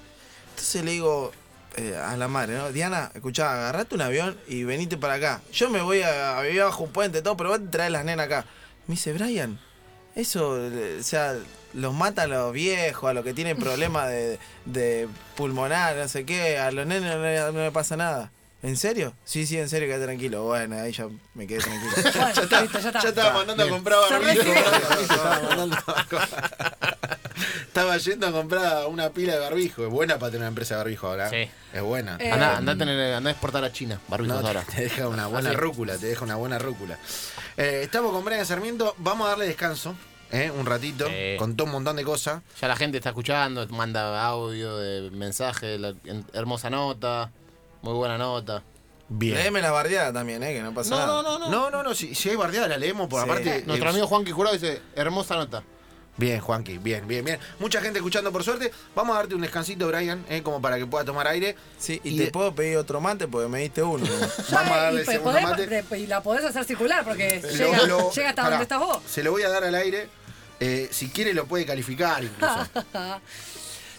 Entonces le digo eh, a la madre, ¿no? Diana, escuchá, agarrate un avión y venite para acá. Yo me voy a, a vivir bajo un puente, todo, pero vos te traes las nenas acá. Me dice, Brian, eso, eh, o sea, los mata a los viejos, a los que tienen problemas de, de pulmonar, no sé qué, a los nenes no, le- no le pasa nada. ¿En serio? Sí, sí, en serio, quédate tranquilo. Bueno, ahí ya me quedé tranquilo.
Bueno, listo, ya está.
Ya estaba mandando a comprar
Se
barbijo,
recibe.
barbijo,
Ah,
estaba mandando a comprar- Estaba yendo a comprar una pila de barbijo. Es buena para tener una empresa de barbijo ahora.
Sí.
Es buena.
Eh,
Andá, andá a tener- andá a exportar a China, barbijos
No, te-
ahora. Ah,
te deja una buena rúcula, te deja una buena rúcula. Eh, estamos con Brian Sarmiento, vamos a darle descanso, eh, un ratito,
Sí.
contó un montón de cosas.
Ya la gente está escuchando, manda audio, de mensaje, la- en- hermosa nota, muy buena nota.
Bien.
Léeme la bardeada también, ¿eh? Que no pasa nada.
no, no. No, no, si, si hay bardeada la leemos por
Sí.
aparte. eh,
Nuestro amigo Juanqui Jurado dice, hermosa nota.
Bien, Juanqui, bien, bien, bien. Mucha gente escuchando por suerte. Vamos a darte un descansito, Brian, eh, como para que pueda tomar aire.
Sí, y,
Y
te
de-
puedo pedir otro mate porque me diste uno. ¿no?
Ya,
Vamos a darle
y, pe-
segundo
podés-
mate.
de- y la podés hacer circular porque
Lo-
llega,
lo-
llega hasta
pará,
donde estás vos.
Se lo voy a dar al aire. Eh, si quiere lo puede calificar incluso.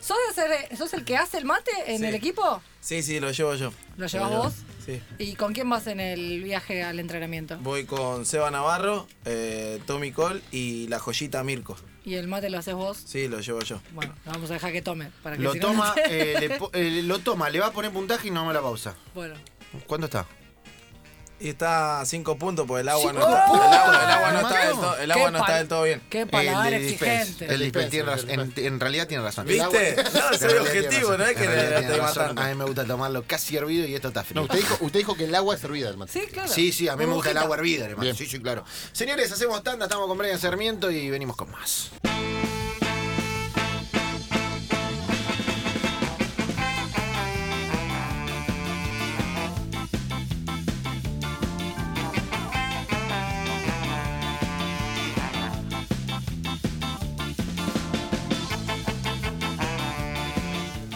¿Sos, de hacer- eh, sos el que hace el mate en
Sí.
el equipo?
sí, sí, lo llevo yo.
¿Lo llevas
llevo.
vos?
Sí.
¿Y con quién vas en el viaje al entrenamiento?
Voy con Seba Navarro, eh, Tommy Cole y la joyita Mirko.
¿Y el mate lo haces vos?
Sí, lo llevo yo.
Bueno, vamos a dejar que tome. Para que
lo
si no-
toma, eh, le, po- eh, lo toma, le va a poner puntaje y no la pausa.
Bueno.
¿Cuánto está?
Y está a 5 puntos porque el agua no
¡Cinco
está. El
puntos!
agua, el agua no está del
Hermano,
todo, el agua
qué
no está
pal-
del todo bien.
Qué
El
paladar
de
exigente.
El dispense,
dispense,
tiene razón.
el
En, en realidad tiene razón.
¿Viste?
El agua-
No,
en
soy
realidad
objetivo,
tiene razón.
no es que
En realidad
la
tiene
estoy
razón.
matando.
A mí me gusta tomarlo casi hervido y esto está frío.
No, usted dijo, usted dijo que el agua es servida del mate.
Sí, claro.
Sí, sí, a mí me gusta el
Burbujita.
agua hervida, hermano.
Bien.
Sí, sí, claro. Señores, hacemos tanda, estamos con Brian Sarmiento y venimos con más.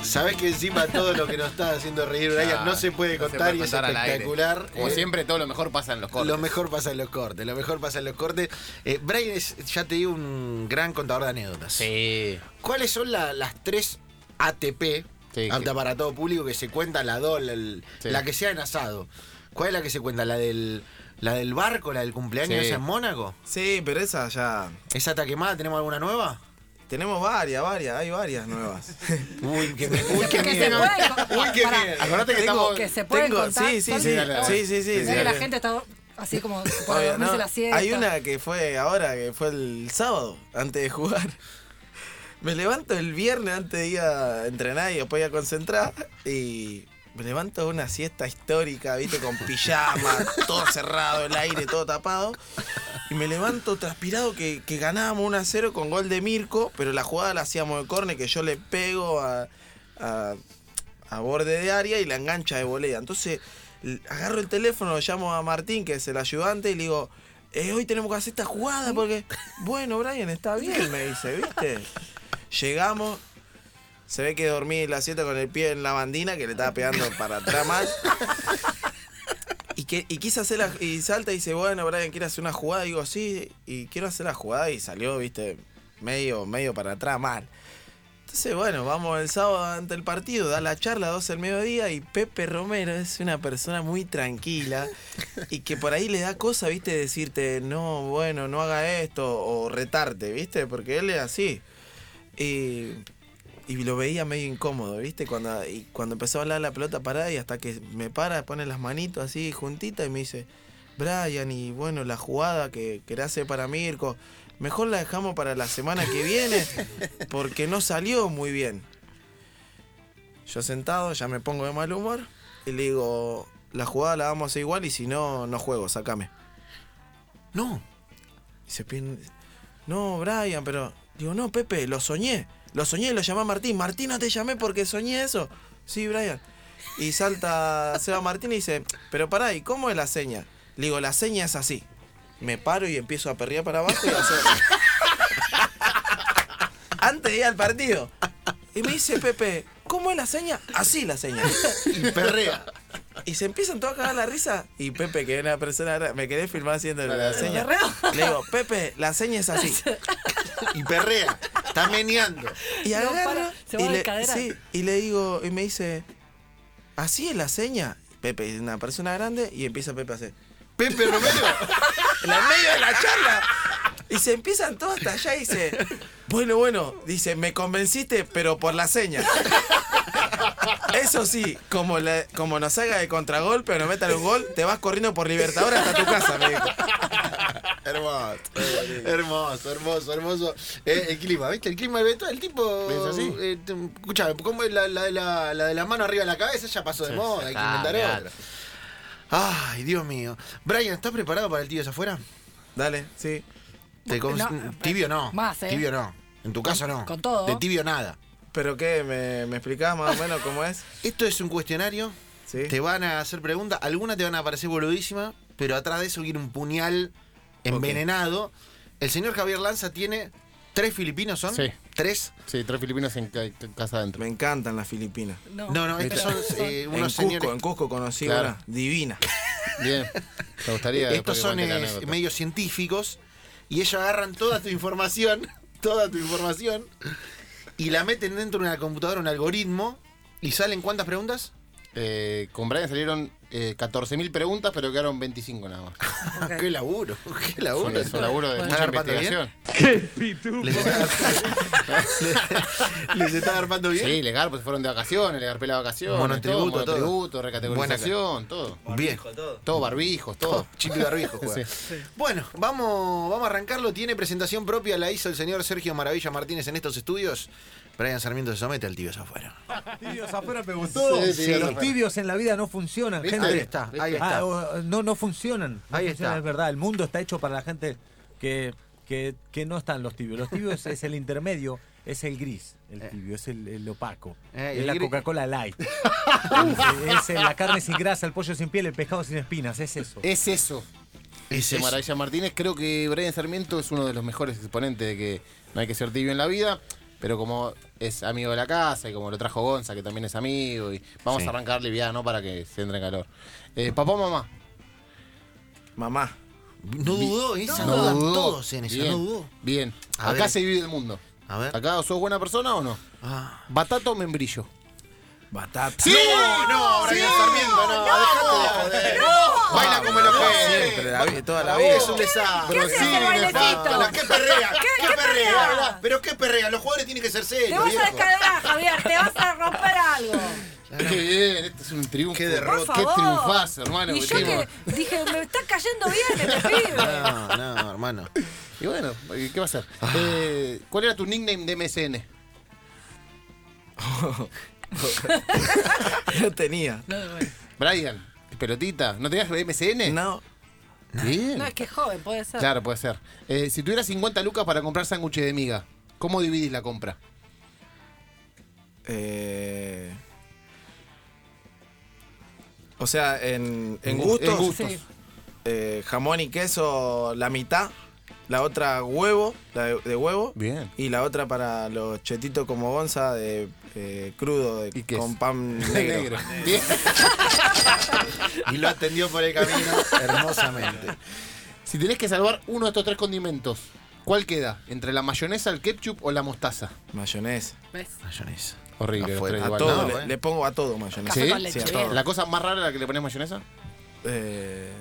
Sabes que encima todo lo que nos está haciendo reír Brian no se puede
Ah, No se
contar
puede
y es
contar al aire.
espectacular.
Como
Eh,
siempre, todo lo mejor pasa en los cortes.
lo mejor pasa en los cortes, lo mejor pasa en los cortes. Eh, Brian es, ya te digo, un gran contador de anécdotas.
Sí.
¿Cuáles son la- las tres ATP
Sí,
apta
que-
para todo público, que se cuenta la dos, la, el-
Sí.
la que sea en asado. ¿Cuál es la que se cuenta? ¿La del, la del barco, la del cumpleaños
Sí.
esa en Mónaco?
Sí, pero esa ya.
¿Esa está quemada? ¿Tenemos alguna nueva?
Tenemos varias, varias, hay varias nuevas.
Uy, qué,
uy, qué
miedo.
Que se puede-
Uy, qué
pará.
miedo.
Acordate que
Tengo-
estamos.
que se pueden
tengo-
contar.
sí, sí,
Sol,
sí,
¿no?
dale, dale.
sí, sí, sí,
Mirá que
dale.
la gente está así como para
Obvio,
dormirse
no.
la siesta.
Hay una que fue ahora, que fue el sábado, antes de jugar. Me levanto el viernes antes de ir a entrenar y después ir a concentrar. Y me levanto de una siesta histórica, viste, con pijama, todo cerrado, el aire todo tapado. Y me levanto transpirado que, que ganábamos 1 a 0 con gol de Mirko, pero la jugada la hacíamos de córner, que yo le pego a, a- a borde de área y la engancha de volea. Entonces l- agarro el teléfono, lo llamo a Martín, que es el ayudante, y le digo, "Eh, hoy tenemos que hacer esta jugada porque, bueno, Brian, está bien, me dice, ¿viste? Llegamos, se ve que dormí en la siesta con el pie en la bandina, que le estaba pegando para atrás mal. Y, que, y quise hacer la, y salta y dice, bueno, Brian, quiero hacer una jugada. digo, sí, y quiero hacer la jugada. Y salió, viste, medio, medio para atrás mal. Entonces, bueno, vamos el sábado ante el partido, da la charla a 12 del mediodía y Pepe Romero es una persona muy tranquila y que por ahí le da cosa, viste, decirte, no, bueno, no haga esto o retarte, viste, porque él es así. Y, y lo veía medio incómodo, viste, cuando, y cuando empezó a hablar la pelota parada y hasta que me para, pone las manitos así juntitas y me dice, Brian, y bueno, la jugada que querés hacer para Mirko, mejor la dejamos para la semana que viene, porque no salió muy bien. Yo sentado, ya me pongo de mal humor, y le digo, la jugada la vamos a hacer igual, y si no, no juego, sacame.
No.
Y se pin- No, Brian, pero. Digo, no, Pepe, lo soñé. Lo soñé, lo llamé a Martín. Martín, no te llamé porque soñé eso. Sí, Brian. Y salta Seba Martín y dice, pero pará, ¿y cómo es la seña? Le digo, la seña es así. Me paro y empiezo a perrear para abajo y a hacer. Antes de ir al partido. Y me dice Pepe, ¿cómo es la seña? Así la seña.
Y perrea.
Y se empiezan todos a cagar la risa. Y Pepe, que es una persona, gra- me querés filmar haciendo la seña. Le digo, Pepe, la seña es así.
Y perrea. Está meneando.
Y
No,
agarro
para, se
y,
va de
le,
cadera.
sí, y le digo, y me dice, así es la seña. Pepe es una persona grande y empieza Pepe a hacer.
Pepe Romero.
En el medio de la charla. Y se empiezan todos hasta allá y dice, bueno, bueno, dice, me convenciste, pero por la seña. Eso sí, como, la- como nos haga de contragolpe o nos metan un gol, te vas corriendo por Libertadores hasta tu casa, me dijo.
Hermoso, hermoso, hermoso, hermoso. Eh, el clima, ¿viste? El clima de todo el tipo.
¿Es así?
eh, te- escuchame, ¿cómo es la, la, de la, la de la mano arriba de la cabeza? Ya pasó de moda, hay que
Ah,
inventar
mirá.
otra. Ay, Dios mío. Brian, ¿estás preparado para el tibio es afuera?
Dale, sí.
Te con-
No,
tibio no.
más, ¿eh?
Tibio no. En tu caso no.
con todo.
De tibio nada.
¿Pero qué? ¿Me, me explicás más o menos cómo es?
Esto es un cuestionario.
Sí.
Te van a hacer preguntas. Algunas te van a parecer boludísimas, pero atrás de eso viene un puñal envenenado. El señor Javier Lanza tiene tres filipinos, ¿son?
Sí.
Tres.
Sí, tres filipinos en ca- en casa adentro.
Me encantan las Filipinas.
No, no, estos son
pero-
eh,
Este En
unos
Cusco,
señores.
en Cusco conocí
Claro.
una divina.
Bien. Me gustaría. después
Estos
que
son
cuente la
eh,
anécdota.
medios científicos y ellos agarran toda tu información, toda tu información, y la meten dentro de una computadora, un algoritmo, y salen cuántas preguntas?
Eh, con Brian salieron eh, 14.000 preguntas, pero quedaron 25 nada más.
Ok.
Qué laburo, qué laburo.
Fue un- fue un laburo de
¿Está
mucha
garpando bien?
investigación.
Les está, garpando- les está garpando bien.
Sí, le garpo, se fueron de vacaciones, le garpé la vacación.
Monotributo, todo.
todo. Monotributo, recategorización, todo.
Bien.
Todo barbijos, todo.
Chip y barbijo juega. Bueno, vamos, vamos a arrancarlo. Tiene presentación propia, la hizo el señor Sergio Maravilla Martínez en estos estudios. Brian Sarmiento se somete al tibio afuera.
Tibios afuera me gustó.
Sí, tibios
los
afuera.
tibios en la vida no funcionan,
¿Viste?
gente.
Ahí está, ahí
Ah,
está.
o- no, no funcionan. No
Ahí
funcionan,
está.
Es verdad, el mundo está hecho para la gente que, que, que no están los tibios. Los tibios es el intermedio, es el gris, el tibio, es el, el opaco.
Eh,
es
el
la
gris-
Coca-Cola light. es, es la carne sin grasa, el pollo sin piel, el pescado sin espinas, es eso.
Es eso.
Es
Dice
eso.
Maravilla Martínez, creo que Brian Sarmiento es uno de los mejores exponentes de que no hay que ser tibio en la vida, pero como es amigo de la casa y como lo trajo Gonza, que también es amigo, y vamos
Sí.
a arrancar liviano para que se entre en calor. Eh, papá o mamá,
Mamá.
No dudó, esa
No
dudan
dudó.
todos en eso,
Bien,
no dudó.
Bien,
A
acá
ver.
se vive el mundo.
A ver.
Acá sos buena persona o no.
Ah,
Batata o membrillo.
Batata.
¡Sí!
no, Brian Sarmiento, no, dejate de joder.
Baila como el
Siempre,
ojete.
la vi- toda la
Para
vida.
vos Es un desastre.
¿Qué haces
Sí,
el
me
bailecito?
falta. ¿Qué perrea? ¿Qué,
qué
perrea?
perrea?
¿verdad? Pero qué perrea. Los jugadores tienen que ser
Te
serios,
vas a
viejo.
descargar, Javier, te vas a romper algo.
Qué bien, este es un triunfo.
Qué
Por
derrota.
favor.
Qué triunfazo, hermano.
Y
que
yo
tenemos.
que dije, me está cayendo bien este pibe.
No, no, hermano.
Y bueno, ¿qué va a ser?
Ah.
Eh, ¿Cuál era tu nickname de MSN?
No tenía.
No, bueno.
Brian, pelotita. ¿No tenías MSN?
No.
Bien.
No, es que es joven, puede ser.
Claro, puede ser. Eh, si tuvieras 50 lucas para comprar sándwiches de miga, ¿cómo dividís la compra?
Eh, o sea, en,
En
en gustos,
gustos.
Sí.
eh, jamón y queso la mitad, la otra huevo, la de, de huevo,
Bien.
y la otra para los chetitos como gonza de eh, crudo, de-
¿Y qué
con
es?
pan negro.
Bien.
Y lo atendió por el camino hermosamente.
Si tenés que salvar uno de estos tres condimentos, ¿cuál queda? ¿Entre la mayonesa, el ketchup o la mostaza?
Mayonesa.
¿Ves?
Mayonesa.
Horrible,
Ah,
los
fue-
tres
a
igual, eh.
Todo,
no,
le,
bueno.
le pongo a todo mayonesa.
Café
¿Sí?
con leche,
Sí, a
bien.
todo.
¿La cosa más rara a la que le pones mayonesa?
Eh,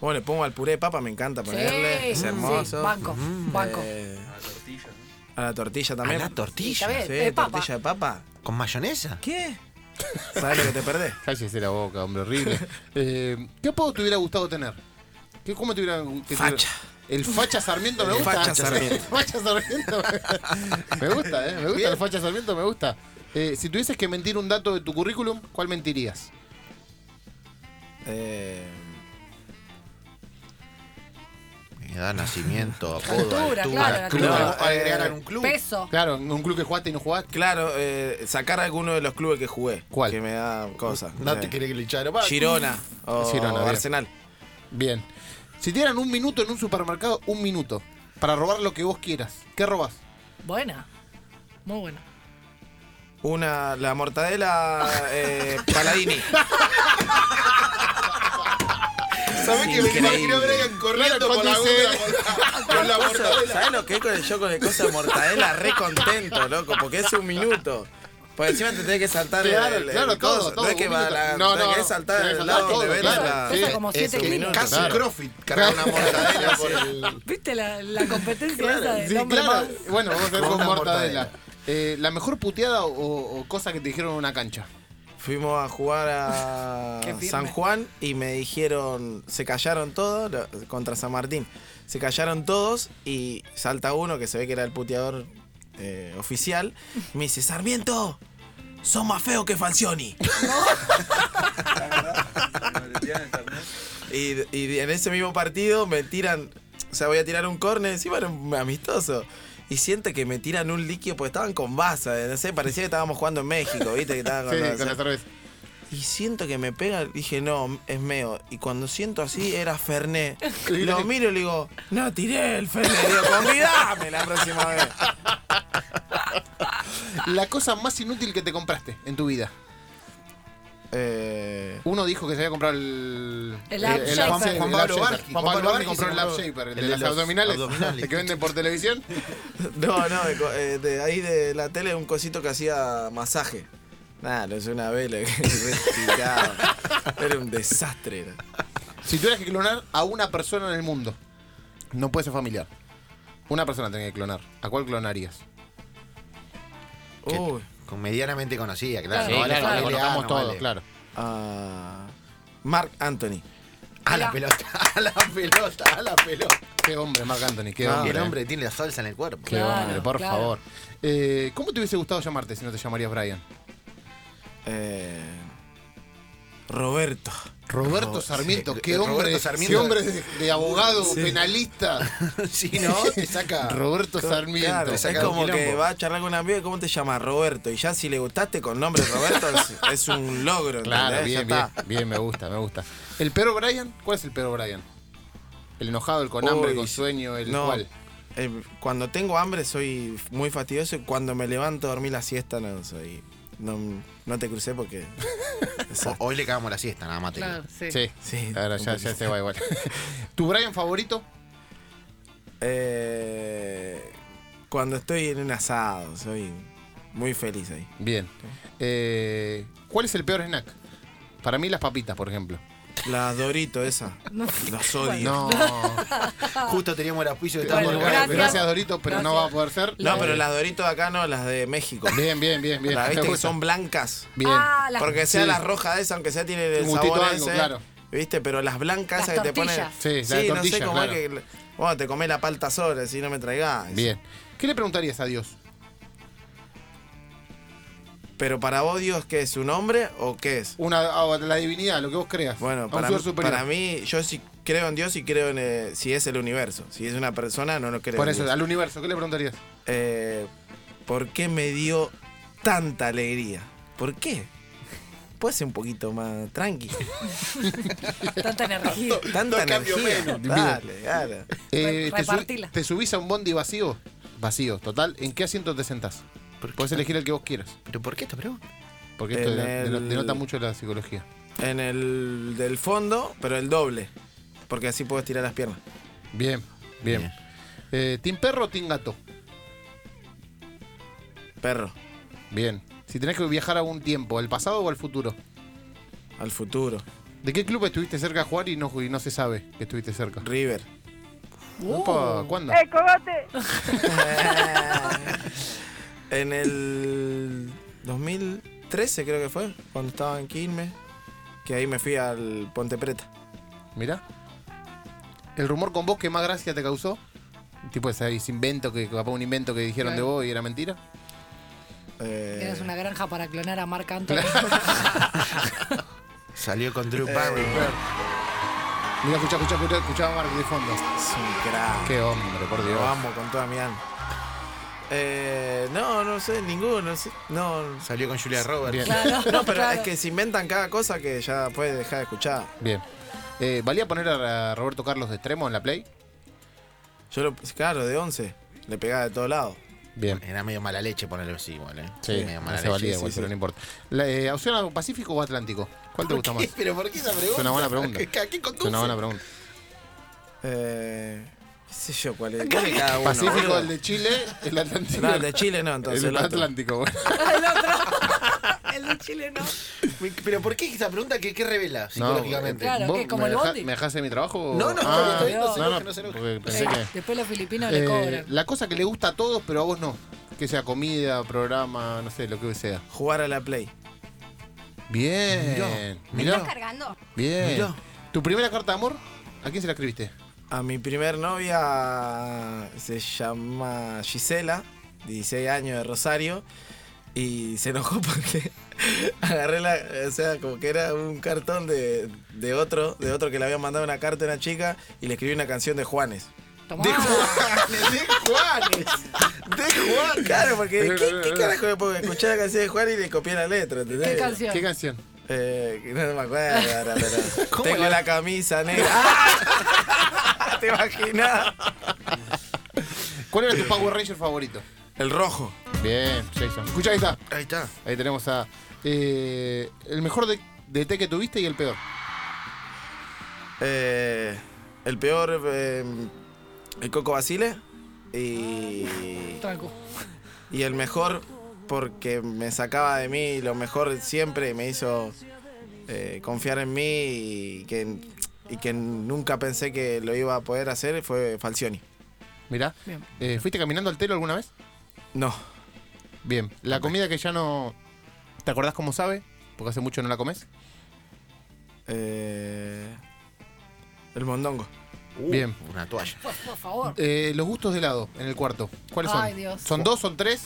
bueno, le pongo al puré de papa, me encanta ponerle.
Sí,
es
sí,
hermoso.
banco, banco.
Eh, a la tortilla también.
¿A la tortilla?
Sí, está
Sí,
bien, de papa.
tortilla de papa.
¿Con mayonesa?
¿Qué? ¿Sabes lo que te perdés?
Cállese la boca, hombre, horrible. Eh, ¿Qué apodo te hubiera gustado tener? ¿Qué, ¿Cómo te hubiera te-
Facha.
El facha Sarmiento me
El
gusta.
facha Sarmiento.
El facha Sarmiento. Me gusta, ¿eh? Me gusta el facha Sarmiento, me gusta. Eh, si tuvieses que mentir un dato de tu currículum, ¿cuál mentirías?
Eh,
Me da nacimiento, apodo,
Altura, claro, la
altura, club.
altura.
eh,
Algo- Agregar a un club.
Peso.
Claro, en un club que jugaste y no jugaste.
claro, eh, sacar alguno de los clubes que jugué.
¿Cuál?
Que me da cosas.
No te Ah,
Eh,
querés glitchar, va.
Girona Oh, o
Ah, Girona, bien.
Arsenal.
Bien. Si te dieran un minuto en un supermercado, un minuto, para robar lo que vos quieras, ¿qué robás?
Buena. Muy buena.
Una, la mortadela eh, Paladini.
¿Sabés que me
Increíble.
imagino a Brian corriendo
Claro,
con la
cuando
gorra, con la mortadela?
¿Sabes lo que es con el yo con el coso de mortadela? Re contento, loco, porque es un minuto. Por encima te tenés que saltar
Claro,
el, el
claro, todo,
coso.
todo,
no es que
un
va
minuto.
la,
No,
te
no,
querés saltar
tenés que
el
saltar
lado donde
todo,
ves
claro,
la-
Pesa como
Es
7
un
kilos.
Casi
Claro.
Crawford cargar una mortadela por el...
¿Viste la, la competencia esa del
Sí,
hombre
claro.
más?
Bueno, vamos a ver
Con
con
una
mortadela.
mortadela.
Eh, ¿La mejor puteada o, o cosa que te dijeron en una cancha?
Fuimos a jugar a
Qué firme.
San Juan y me dijeron, se callaron todos lo- contra San Martín. Se callaron todos y salta uno que se ve que era el puteador eh, oficial. Me dice, Sarmiento, sos más feo que Falcioni. y, y en ese mismo partido me tiran, o sea, voy a tirar un córner, encima era un amistoso. Y siento que me tiran un líquido, porque estaban con basa, no sé, parecía que estábamos jugando en México, ¿viste? Que estaban
Sí,
con,
con la cerveza.
y siento que me pega, dije, no, es meo. Y cuando siento así, era Ferné. Lo miro y le digo, no, tiré el Ferné. Le digo, convidame la próxima vez.
La cosa más inútil que te compraste en tu vida.
Eh,
Uno dijo que se había comprado el.
El app shaper.
app
Juan- Juan
el app
Pablo
shaper.
Barqui. Juan Pablo
Juan Pablo
Barqui
Barqui compró
se
el app
compró
shaper, el
el
de
de
las
los
abdominales.
abdominales.
El que venden por televisión.
no, no, de, co- eh, de ahí de la tele un cosito que hacía masaje. Nada, lo hice una vela. Era un desastre. era.
Si tuvieras que clonar a una persona en el mundo, no puede ser familiar. Una persona tenés que clonar. ¿A cuál clonarías?
Que-
Uy.
Con medianamente conocida, claro.
Sí,
no vale
claro,
familiar,
lo conocemos
no
todos,
vale.
claro.
ah, Mark Anthony.
A la pelota, a la pelota, a la pelota.
Qué hombre, Marc Anthony, qué
Y
hombre.
el
eh.
hombre tiene la salsa en el cuerpo.
Qué
Claro,
hombre, por
claro.
favor. Eh, ¿Cómo te hubiese gustado llamarte si no te llamarías Brian?
eh, Roberto.
Roberto Sarmiento, qué hombre,
Roberto Sarmiento.
qué hombre de, de abogado, penalista.
Sí, ¿no? Te saca.
Roberto
Claro,
Sarmiento.
es
saca
como
un quilombo.
que va a charlar con un amigo y cómo te llamas Roberto. Y ya si le gustaste con nombre Roberto es, es un logro.
Claro,
¿entendés? Ya
bien, bien,
está.
bien, me gusta, me gusta. ¿El perro Brian? ¿Cuál es el perro Brian? El enojado, el con
Uy,
hambre, el con sueño, el
no,
cual.
eh, cuando tengo hambre soy muy fastidioso y cuando me levanto a dormir la siesta no soy. No, no te crucé porque.
O- Hoy le cagamos la siesta, nada más. te digo.
Claro, sí.
Sí,
Sí,
ahora ya,
un
ya
poquito.
se va igual. ¿Tu Brian favorito?
Eh, cuando estoy en un asado, soy. Muy feliz ahí.
Bien. Eh, ¿Cuál es el peor snack? Para mí las papitas, por ejemplo.
Las Dorito, esa.
No.
Las odio.
No.
Justo teníamos el auspicio de
Bueno,
Estamos
lugar.
gracias. gracias, Dorito, pero no va a poder ser. Eh,
No, pero las Doritos de acá no, las de México.
Bien, bien, bien, bien.
Las
Me
viste que
gusta.
son blancas.
Bien.
Ah, las-
Porque sea
Sí.
la roja esa, aunque sea tiene el
Un gustito
sabor
algo,
ese,
claro.
¿Viste? Pero las blancas
Las
esas que te ponen.
tortillas.
Sí, la de
no sé
tortilla,
cómo
claro.
es que. Bueno, te comés la palta sola, si no me traigás.
Bien. ¿Qué le preguntarías a Dios?
Pero para vos, Dios, ¿qué es? ¿Su nombre o qué es?
Una, a la divinidad, lo que vos creas. a
Bueno,
un
para,
ser
mí-
superior.
para mí, yo sí creo en Dios y creo en eh, si es el universo. Si es una persona, no lo creo.
Por
en
eso,
Dios.
al universo, ¿qué le preguntarías?
Eh, ¿Por qué me dio tanta alegría? ¿Por qué? Puede ser un poquito más tranqui.
Tanta energía.
Tanta
cambio
energía.
menos.
Dale, dale.
Re-
Eh, te, subi-
repartila.
te subís a un bondi vacío? Vacío, total. ¿En qué asiento te sentás? Podés elegir el que vos quieras.
¿Pero por qué esta pregunta?
Porque esto
En
de- de-
el-
denota mucho la psicología.
En el del fondo, pero el doble. Porque así puedes tirar las piernas.
Bien, bien.
Bien.
Eh, ¿Team perro o team gato?
Perro,
Bien. Si tenés que viajar a un tiempo, ¿al pasado o al futuro?
al futuro.
¿De qué club estuviste cerca a jugar y no, y no se sabe que estuviste cerca?
River. uh,
Opa, ¿Cuándo?
¡Eh, cogote!
en el 2013 creo que fue, cuando estaba en Quilmes, que ahí me fui al Ponte Preta.
Mirá. ¿El rumor con vos que más gracia te causó? Tipo ese ese invento que capaz un invento que dijeron de
Claro.
vos y era mentira.
Eh,
Tienes una granja para clonar a Marc Anthony.
Salió con Drew Barry.
Mira, escuchá, escuchá, escuchá, escuchá a Mark de fondo.
es un crack.
Qué hombre, por Dios.
Lo amo con toda mi alma. Eh, no, no sé, ninguno. No, sé, no, no.
Salió con Julia Roberts.
Bien,
Claro,
No, pero
claro.
es que se inventan cada cosa que ya puedes dejar de escuchar.
bien. Eh, ¿Valía poner a Roberto Carlos de extremo en la play?
Yo, lo, claro, de 11, le pegaba de todos lados.
Bien.
Era medio mala leche ponerlo así, igual, ¿eh?
Sí,
medio
no se valía igual, pero no importa. La, eh, ¿Opción a Pacífico o Atlántico? ¿Cuál te gusta más? Es
¿Pero por qué esa pregunta?
una buena pregunta.
¿A qué
Es
conduce?
una buena pregunta.
Eh, qué sé yo cuál es. ¿Cuál es cada uno?
Pacífico,
boludo?
el de Chile, el Atlántico.
No, el de Chile no, entonces.
El
el otro.
Atlántico, bueno.
El otro. El de Chile no.
¿Pero por qué esa pregunta? ¿Qué, qué revela psicológicamente?
Claro,
¿vos
¿qué? ¿Como
me,
el
deja-
bondi?
¿Me dejaste mi trabajo?
No, no,
Ah,
está bien,
no se
no,
enoje,
no,
no se enoje.
porque pensé
Eh,
que...
Después los filipinos
Eh,
le cobran.
la cosa que le gusta a todos, pero a vos no. Que sea comida, programa, no sé, lo que sea.
Jugar a la Play.
Bien. Mirá.
cargando?
Bien.
Mirá.
¿Tu primera carta de amor? ¿A quién se la escribiste?
A mi primer novia se llama Gisela, 16 años de Rosario, y se enojó porque agarré la, o sea, como que era un cartón de, de otro, de otro que le había mandado una carta a una chica y le escribí una canción de Juanes.
Tomá.
Ah. de Juanes, de Juanes. Claro, porque ¿qué, qué carajo le puedo escuchar la canción de Juanes y le copié la letra? ¿entendés?
¿Qué canción?
¿Qué canción?
Eh, que no me acuerdo ahora, pero.
¿Cómo
Tengo
la-
la camisa negra. ¡Ah! ¿Te imaginas?
¿Cuál
Eh.
era tu Power Ranger favorito?
El rojo.
Bien, Jason. Escucha, eh, ahí está.
Ahí está.
Ahí tenemos a. eh, el mejor de, de té que tuviste y el peor.
Eh, el peor. eh, el Coco Basile. Y.
Tranco.
Y el mejor porque me sacaba de mí lo mejor siempre y me hizo eh, confiar en mí y que, y que nunca pensé que lo iba a poder hacer fue Falcioni.
Mirá.
Bien.
Eh, ¿Fuiste caminando al telo alguna vez?
No.
Bien. ¿La comida que ya no. ¿Te acordás cómo sabe? Porque hace mucho no la comes.
Eh, el mondongo.
Bien.
Uh, Una toalla.
Por, por favor.
Eh, los gustos de helado en el cuarto. ¿Cuáles son?
Ay, Dios.
¿Son dos? ¿Son tres?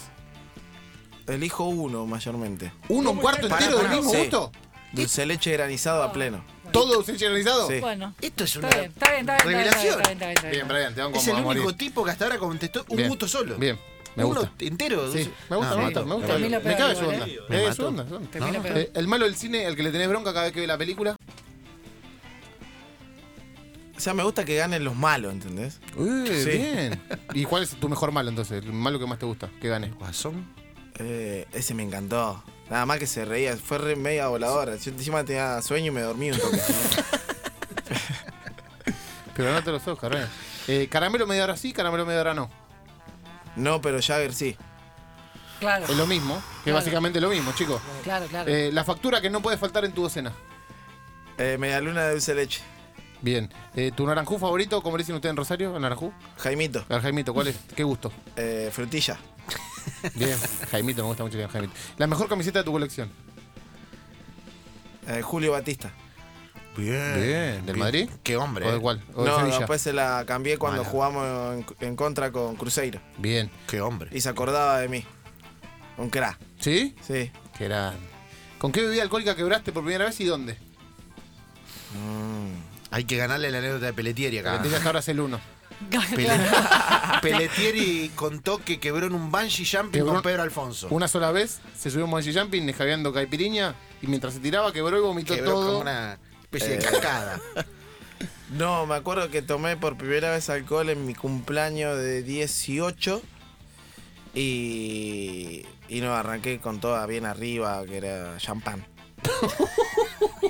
Elijo uno mayormente.
¿Uno, un cuarto
Pará,
entero del
pará,
mismo
sí.
gusto?
Dulce de leche granizado a pleno.
¿Todo generalizado?
Sí.
Bueno.
Esto es una
Está bien, está bien, está bien. está bien,
revelación.
Está bien, está bien, está bien, está bien.
Eh, Bien, Brian, te van como
Es el
a morir.
único tipo que hasta ahora contestó un
Bien,
gusto solo.
Bien, me
Uno
gusta.
entero. Ah,
Sí, me gusta,
No,
me gusta, me gusta.
Te miro
Me cabe
peor
su onda.
igual,
Eh,
Me mató.
su onda, su onda.
Te miro
No,
peor.
Eh, el malo del cine, el que le tenés bronca cada vez que ve la película.
O sea, me gusta que ganen los malos, ¿entendés?
Eh,
Sí.
Bien. ¿Y cuál es tu mejor malo entonces? El malo que más te gusta, que gane.
Guasón.
Eh, ese me encantó. Nada más que se reía, fue re media voladora. Yo encima tenía sueño y me dormí un toque.
Pero no te los ojos, Brian. Eh, caramelo media hora sí, caramelo media hora no.
no, pero Jagger sí.
Claro,
Es lo mismo, que es
Claro.
básicamente lo mismo, chicos.
claro, claro.
Eh, la factura que no puede faltar en tu docena.
Eh, medialuna de dulce de leche.
Bien. Eh, ¿Tu naranjú favorito? ¿Cómo le dicen ustedes en Rosario? ¿El naranjú?
Jaimito.
El Jaimito, ¿cuál es? Qué gusto.
Eh, frutilla.
Bien. Jaimito, me gusta mucho el Jaimito. La mejor camiseta de tu colección.
Eh, Julio Batista.
Eh, Bien.
Bien. ¿Del Madrid?
Qué hombre.
¿O de
eh.
cuál? ¿O de
No, pues.
Sevilla?
después se la cambié cuando
Mala.
jugamos en, en contra con Cruzeiro.
Bien.
Qué hombre.
Y se acordaba de mí. Un crack,
¿Sí?
sí.
Que era... ¿Con qué bebida alcohólica quebraste por primera vez y dónde?
Hay que ganarle la anécdota de Pelletieri acá.
Peletieri hasta ahora es el uno.
Pele- Pelletieri contó que quebró en un bungee jumping
Quebró-
con Pedro Alfonso.
Una sola vez se subió a un bungee jumping escabeando caipiriña y mientras se tiraba quebró y vomitó
Quebró
todo.
como una especie de cascada.
No, me acuerdo que tomé por primera vez alcohol en mi cumpleaños de 18 y, y no arranqué con toda bien arriba, que era champán.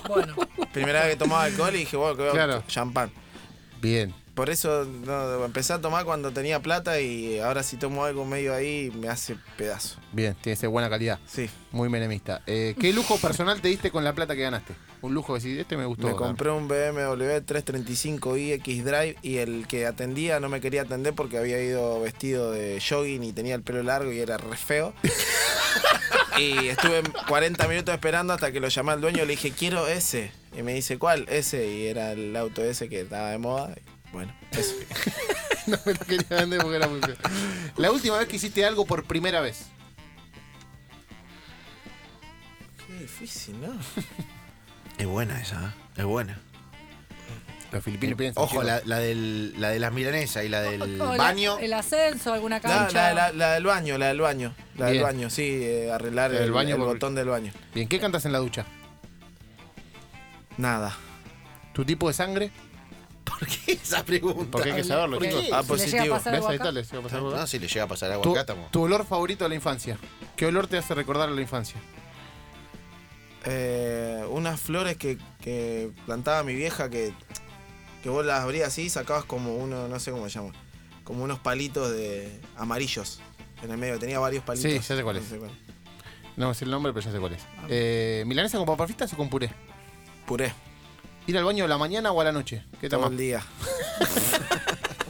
Bueno,
Primera vez que tomaba alcohol y dije, bueno, que veo
Claro.
champán.
Bien.
Por eso no, empecé a tomar cuando tenía plata y ahora si tomo algo medio ahí me hace pedazo.
Bien, tiene que ser buena calidad.
Sí,
Muy menemista. Eh, ¿Qué lujo personal te diste con la plata que ganaste? Un lujo que sí, este me gustó.
me compré un BMW 335i X Drive y el que atendía no me quería atender porque había ido vestido de jogging y tenía el pelo largo y era re feo. y estuve 40 minutos esperando hasta que lo llamé al dueño y le dije, quiero ese. Y me dice, ¿cuál? Ese. Y era el auto ese que estaba de moda. Y bueno, eso.
no me lo quería vender porque era muy feo. La última vez que hiciste algo por primera vez.
Qué difícil, ¿no?
es buena esa, ¿eh? es buena.
Los filipinos piensan.
Ojo, la, la del, la de las milanesas y la del
o la-
baño.
el ascenso, alguna
No,
cancha.
la, la- la del baño, la del baño. La
Bien.
del baño, sí, eh, arreglar
La
el,
del baño
el
por-
botón del baño.
Bien, ¿qué cantas en la ducha?
Nada.
¿Tu tipo de sangre?
¿Por qué esa pregunta?
Porque hay que saberlo,
Porque
chicos.
si le llega
Ah,
a
positivo.
pasar
¿Ves?
algo
Ahí
acá-
está, les iba a pasar algo.
No, si le llega a pasar agua
Tu,
acá, estamos.
tu olor favorito de la infancia. ¿Qué olor te hace recordar a la infancia?
Eh, unas flores que, que plantaba mi vieja que, que vos las abrías así y sacabas como uno, no sé cómo se llama, como unos palitos de amarillos en el medio. Tenía varios palitos.
Sí, ya sé cuál es.
No cuál
No sé el nombre, pero ya sé cuál es.
Ah.
Eh, ¿Milanesa con papas fritas o con puré?
Puré,
¿Ir al baño a la mañana o a la noche? ¿Qué tal
todo
más?
el día.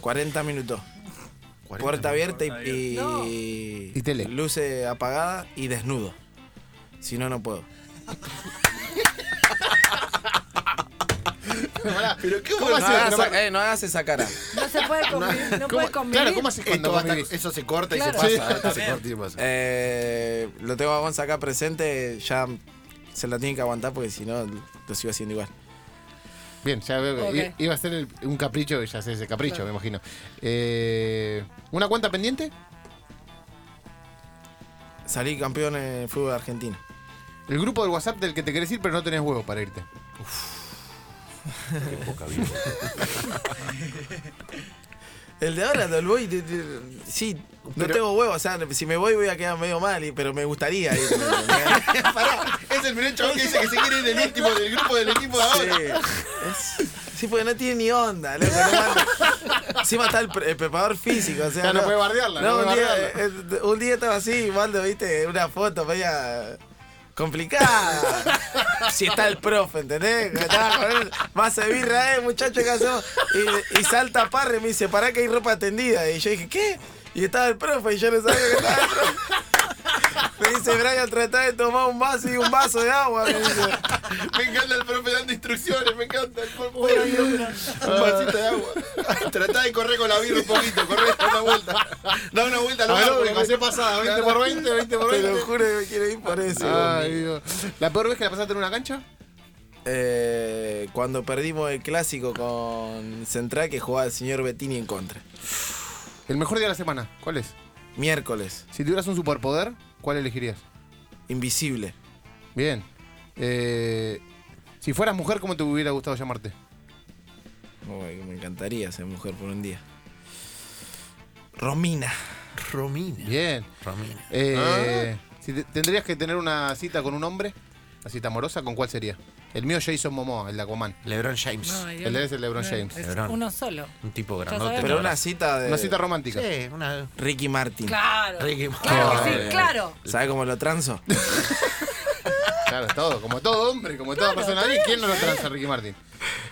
40 minutos. Puerta abierta y, y,
Y tele.
luces apagada y desnudo. Si no, no puedo.
Pero qué
¿Cómo
No
bueno.
haces?
hagas,
No me-
esa- eh, no hagas esa cara.
No se puede convivir. No,
¿Cómo-
puede convivir.
Claro, ¿cómo haces cuando
Esto va a estar-
convivís?
eso se corta y
Claro.
se
Sí.
pasa. esto se corta y se pasa.
Eh, lo tengo a Gonza acá presente, ya se la tiene que aguantar porque si no lo sigo haciendo igual.
Bien, ya veo que
Ok.
i- iba a ser el- un capricho, ya sé ese capricho, me imagino. Eh, ¿Una cuenta pendiente?
Salí campeón en el fútbol argentino.
El grupo del WhatsApp del que te querés ir, pero no tenés huevos para irte.
El de ahora, del voy, de- de- sí, no
Pero-
tengo huevo, o sea, si me voy voy a quedar medio mal, y- pero me gustaría. ir. Sí,
Pará, es el primer chabón que dice que se quiere ir del último del grupo del equipo de ahora.
es- sí, porque no tiene ni onda, loco, no manda. Encima está el, pre- el preparador físico, o sea.
Ya no puede bardearla, no
un,
puede
día,
bardearla.
eh, eh, un día estaba así, mando, viste, una foto media complicada. si está el profe, ¿entendés? Que estaba con él, Más se birra, eh, muchacho, ¿qué hacemos? Y, y salta Parre y me dice, pará que hay ropa tendida. Y yo dije, ¿qué? Y estaba el profe y yo no sabía que estaba el profe. Me dice Brian, tratá de tomar un vaso y un vaso de agua. Me dice.
Me encanta el profe dando instrucciones, me encanta el profe. Un vasito de agua. Tratá de correr con la birra un poquito, correr, da una vuelta. Da una vuelta
Ah,
al hogar, porque pasé pasada,
20 por 20, 20 por
Te lo
20.
juro que me quiero ir por eso.
Ay, Dios. ¿La peor vez que la pasaste en una cancha?
Eh, cuando perdimos el clásico con Central que jugaba el señor Bettini en contra.
El mejor día de la semana, ¿cuál es?
Miércoles,
Si tuvieras un superpoder, ¿cuál elegirías?
invisible.
Bien. Eh, si fueras mujer, ¿cómo te hubiera gustado llamarte?
Uy, me encantaría ser mujer por un día. Romina.
Romina.
Bien.
Romina. Ah.
Eh, Si te- tendrías que tener una cita con un hombre, una cita amorosa, ¿con cuál sería? El mío es Jason Momoa, el de Aquaman.
LeBron James.
No, Dios.
El de él es el LeBron
No,
James.
es
LeBron.
uno solo.
un tipo
Ya
grandote.
sabemos.
Pero
la
una
verdad.
cita de
Una cita romántica.
Sí, una.
Ricky Martin.
Claro.
Ricky-
Claro que sí, claro.
¿Sabe cómo lo transo?
Claro, todo, como todo hombre, como toda persona. ¿Quién no lo tranza, Ricky Martin?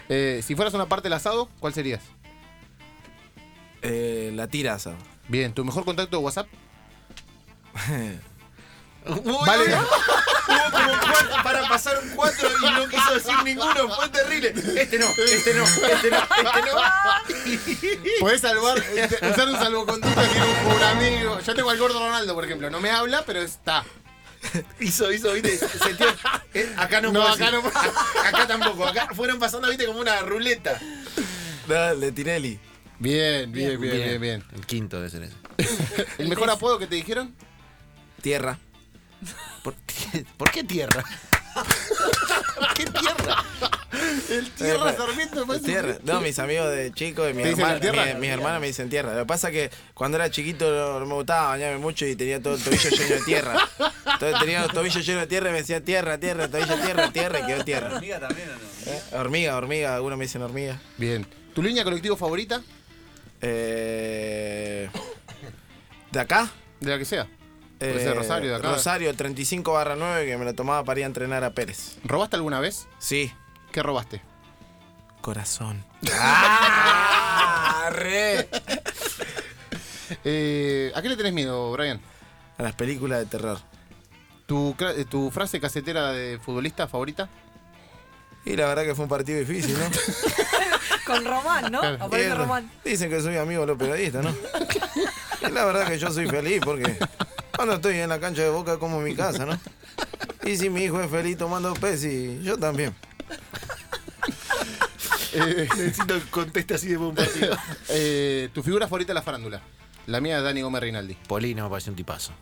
Eh, si fueras una parte del asado, ¿cuál serías?
Eh, la tiraza.
Bien, ¿tu mejor contacto de WhatsApp?
Vale. Hubo como cuatro, para pasar un cuatro y no quiso decir ninguno. Fue terrible. Este no, este no, este no, este no.
este
Podés salvar, este, usar un salvoconducto que tiene un, un amigo. Yo tengo al gordo Ronaldo, por ejemplo. No me habla, pero está.
Hizo, hizo, viste, sentió. eh, acá no,
No,
puedo
acá
decir.
no puedo.
A- acá tampoco. Acá fueron pasando, viste, como una ruleta.
No, de Tinelli.
Bien, bien, bien, bien, bien.
El quinto de ser ese.
¿El mejor apodo que te dijeron?
Tierra.
¿Por, qué- por qué tierra? ¿Qué tierra?
Eh, El
Tierra
Sarmiento, me parece.
Tierra. No, mis amigos de chicos y mis,
¿Te dicen la
hermanas-
tierra?
mi- mis hermanas me dicen tierra. Lo que pasa es que cuando era chiquito no, no me gustaba bañarme mucho y tenía todo el tobillo lleno de tierra. Entonces tenía los tobillos llenos de tierra y me decía tierra, tierra, tobillo, tierra, tierra y quedó tierra.
Amiga también, ¿o no?
Eh, Hormiga, hormiga, algunos me dicen hormiga.
Bien. ¿Tu línea colectivo favorita?
Eh, ¿De acá? eh,
De la que sea. Puede ser Rosario, de acá.
Rosario 35 barra 9 que me lo tomaba para ir a entrenar a Pérez.
¿Robaste alguna vez?
Sí.
¿Qué robaste?
Corazón. ¡Ah! Re.
Eh, ¿A qué le tenés miedo, Brian?
A las películas de terror.
¿Tu, cra- eh, tu frase casetera de futbolista favorita?
Y la verdad que fue un partido difícil, ¿no?
Con Román, ¿no?
Claro.
Aparece
Tierra.
Román.
Dicen que soy amigo de los periodistas, ¿no? Y la verdad que yo soy feliz porque cuando estoy en la cancha de Boca como en mi casa, ¿no? Y si mi hijo es feliz tomando pez y yo también.
Necesito que conteste así de buen partido.
Eh, ¿Tu figura favorita de la farándula? La mía es Dani Gómez Rinaldi.
Polino me parece un tipazo.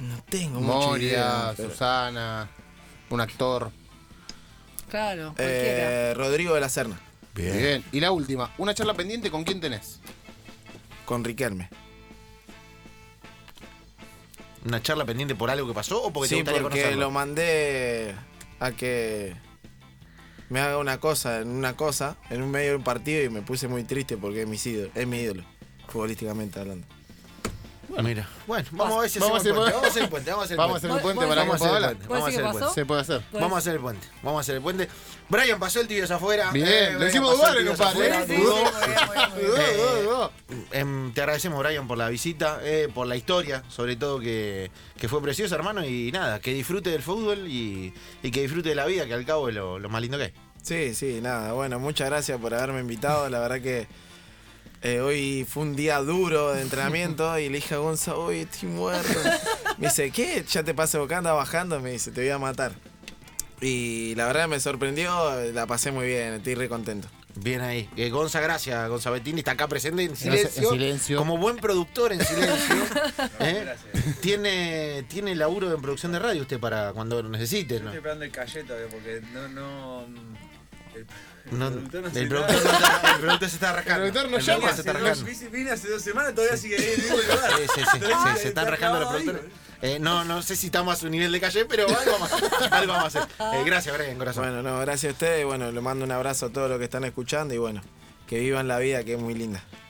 No tengo mucha idea,
Moria,
pero-
Susana, un actor.
Claro, cualquiera.
Eh, Rodrigo de la Serna,
Bien. Y la última, una charla pendiente con quién tenés.
con Riquelme.
¿Una charla pendiente por algo que pasó o porque te
Sí,
gustaría
porque
conocerlo?
lo mandé a que me haga una cosa en una cosa, en un medio de un partido y me puse muy triste porque es mi ídolo, es mi ídolo futbolísticamente hablando.
Bueno, Mira. Bueno, vamos a ver si
Vamos
hacemos
a
el
hacer-
puente. Vamos a hacer el puente.
Vamos a hacer un
Vos-
puente
vos-
para que
vamos a hacer el
Paola.
puente.
¿Puedes
Vamos a
decir
hacer
qué
el
pasó?
Se puede hacer.
Pues-
Vamos a hacer el puente. Vamos a hacer el puente. Brian pasó el tibio afuera.
Bien,
Eh,
lo
Brian
hicimos
pasó
dudar,
el tibios
compadre.
afuera,
Sí, sí,
dudó. Eh,
sí, muy bien, muy bien, muy bien.
Dudó,
É.
dudó, dudó.
Em, te agradecemos, Brian, por la visita, eh, por la historia, sobre todo que, que fue preciosa, hermano. Y nada, que disfrute del fútbol y, y que disfrute de la vida, que al cabo es lo, lo más lindo que hay.
Sí, sí, nada. Bueno, muchas gracias por haberme invitado. La verdad que eh, hoy fue un día duro de entrenamiento y le dije a Gonza, hoy estoy muerto. Me dice, ¿qué? ¿Ya te pasé boca? Anda bajando. Me dice, te voy a matar. Y la verdad me sorprendió, la pasé muy bien, estoy re contento.
Bien ahí. Eh, Gonza, gracias, Gonza Bettini. Está acá presente en
Gracias, en
silencio.
silencio.
Como buen productor en silencio. ¿eh? Tiene, tiene laburo en producción de radio usted para cuando lo necesite.
Yo
¿no?
estoy esperando el calleto porque no, no. El, el
No,
productor no
el,
hace
productor
nada.
no está- el productor se está rascando.
El productor no
productor
llama.
se está
Hace dos-
rascando.
vine- Vine hace dos semanas, todavía sigue ahí en el mismo lugar.
Sí, sí, sí,
Todavía
sí, se están rascando los
clavado ahí,
productores. Eh, no, no sé si estamos a su nivel de calle, pero algo vamos a hacer. Algo vamos a hacer. Eh, gracias, Brian, corazón.
Bueno, no, gracias a ustedes. Bueno, le mando un abrazo a todos los que están escuchando y bueno, que vivan la vida que es muy linda.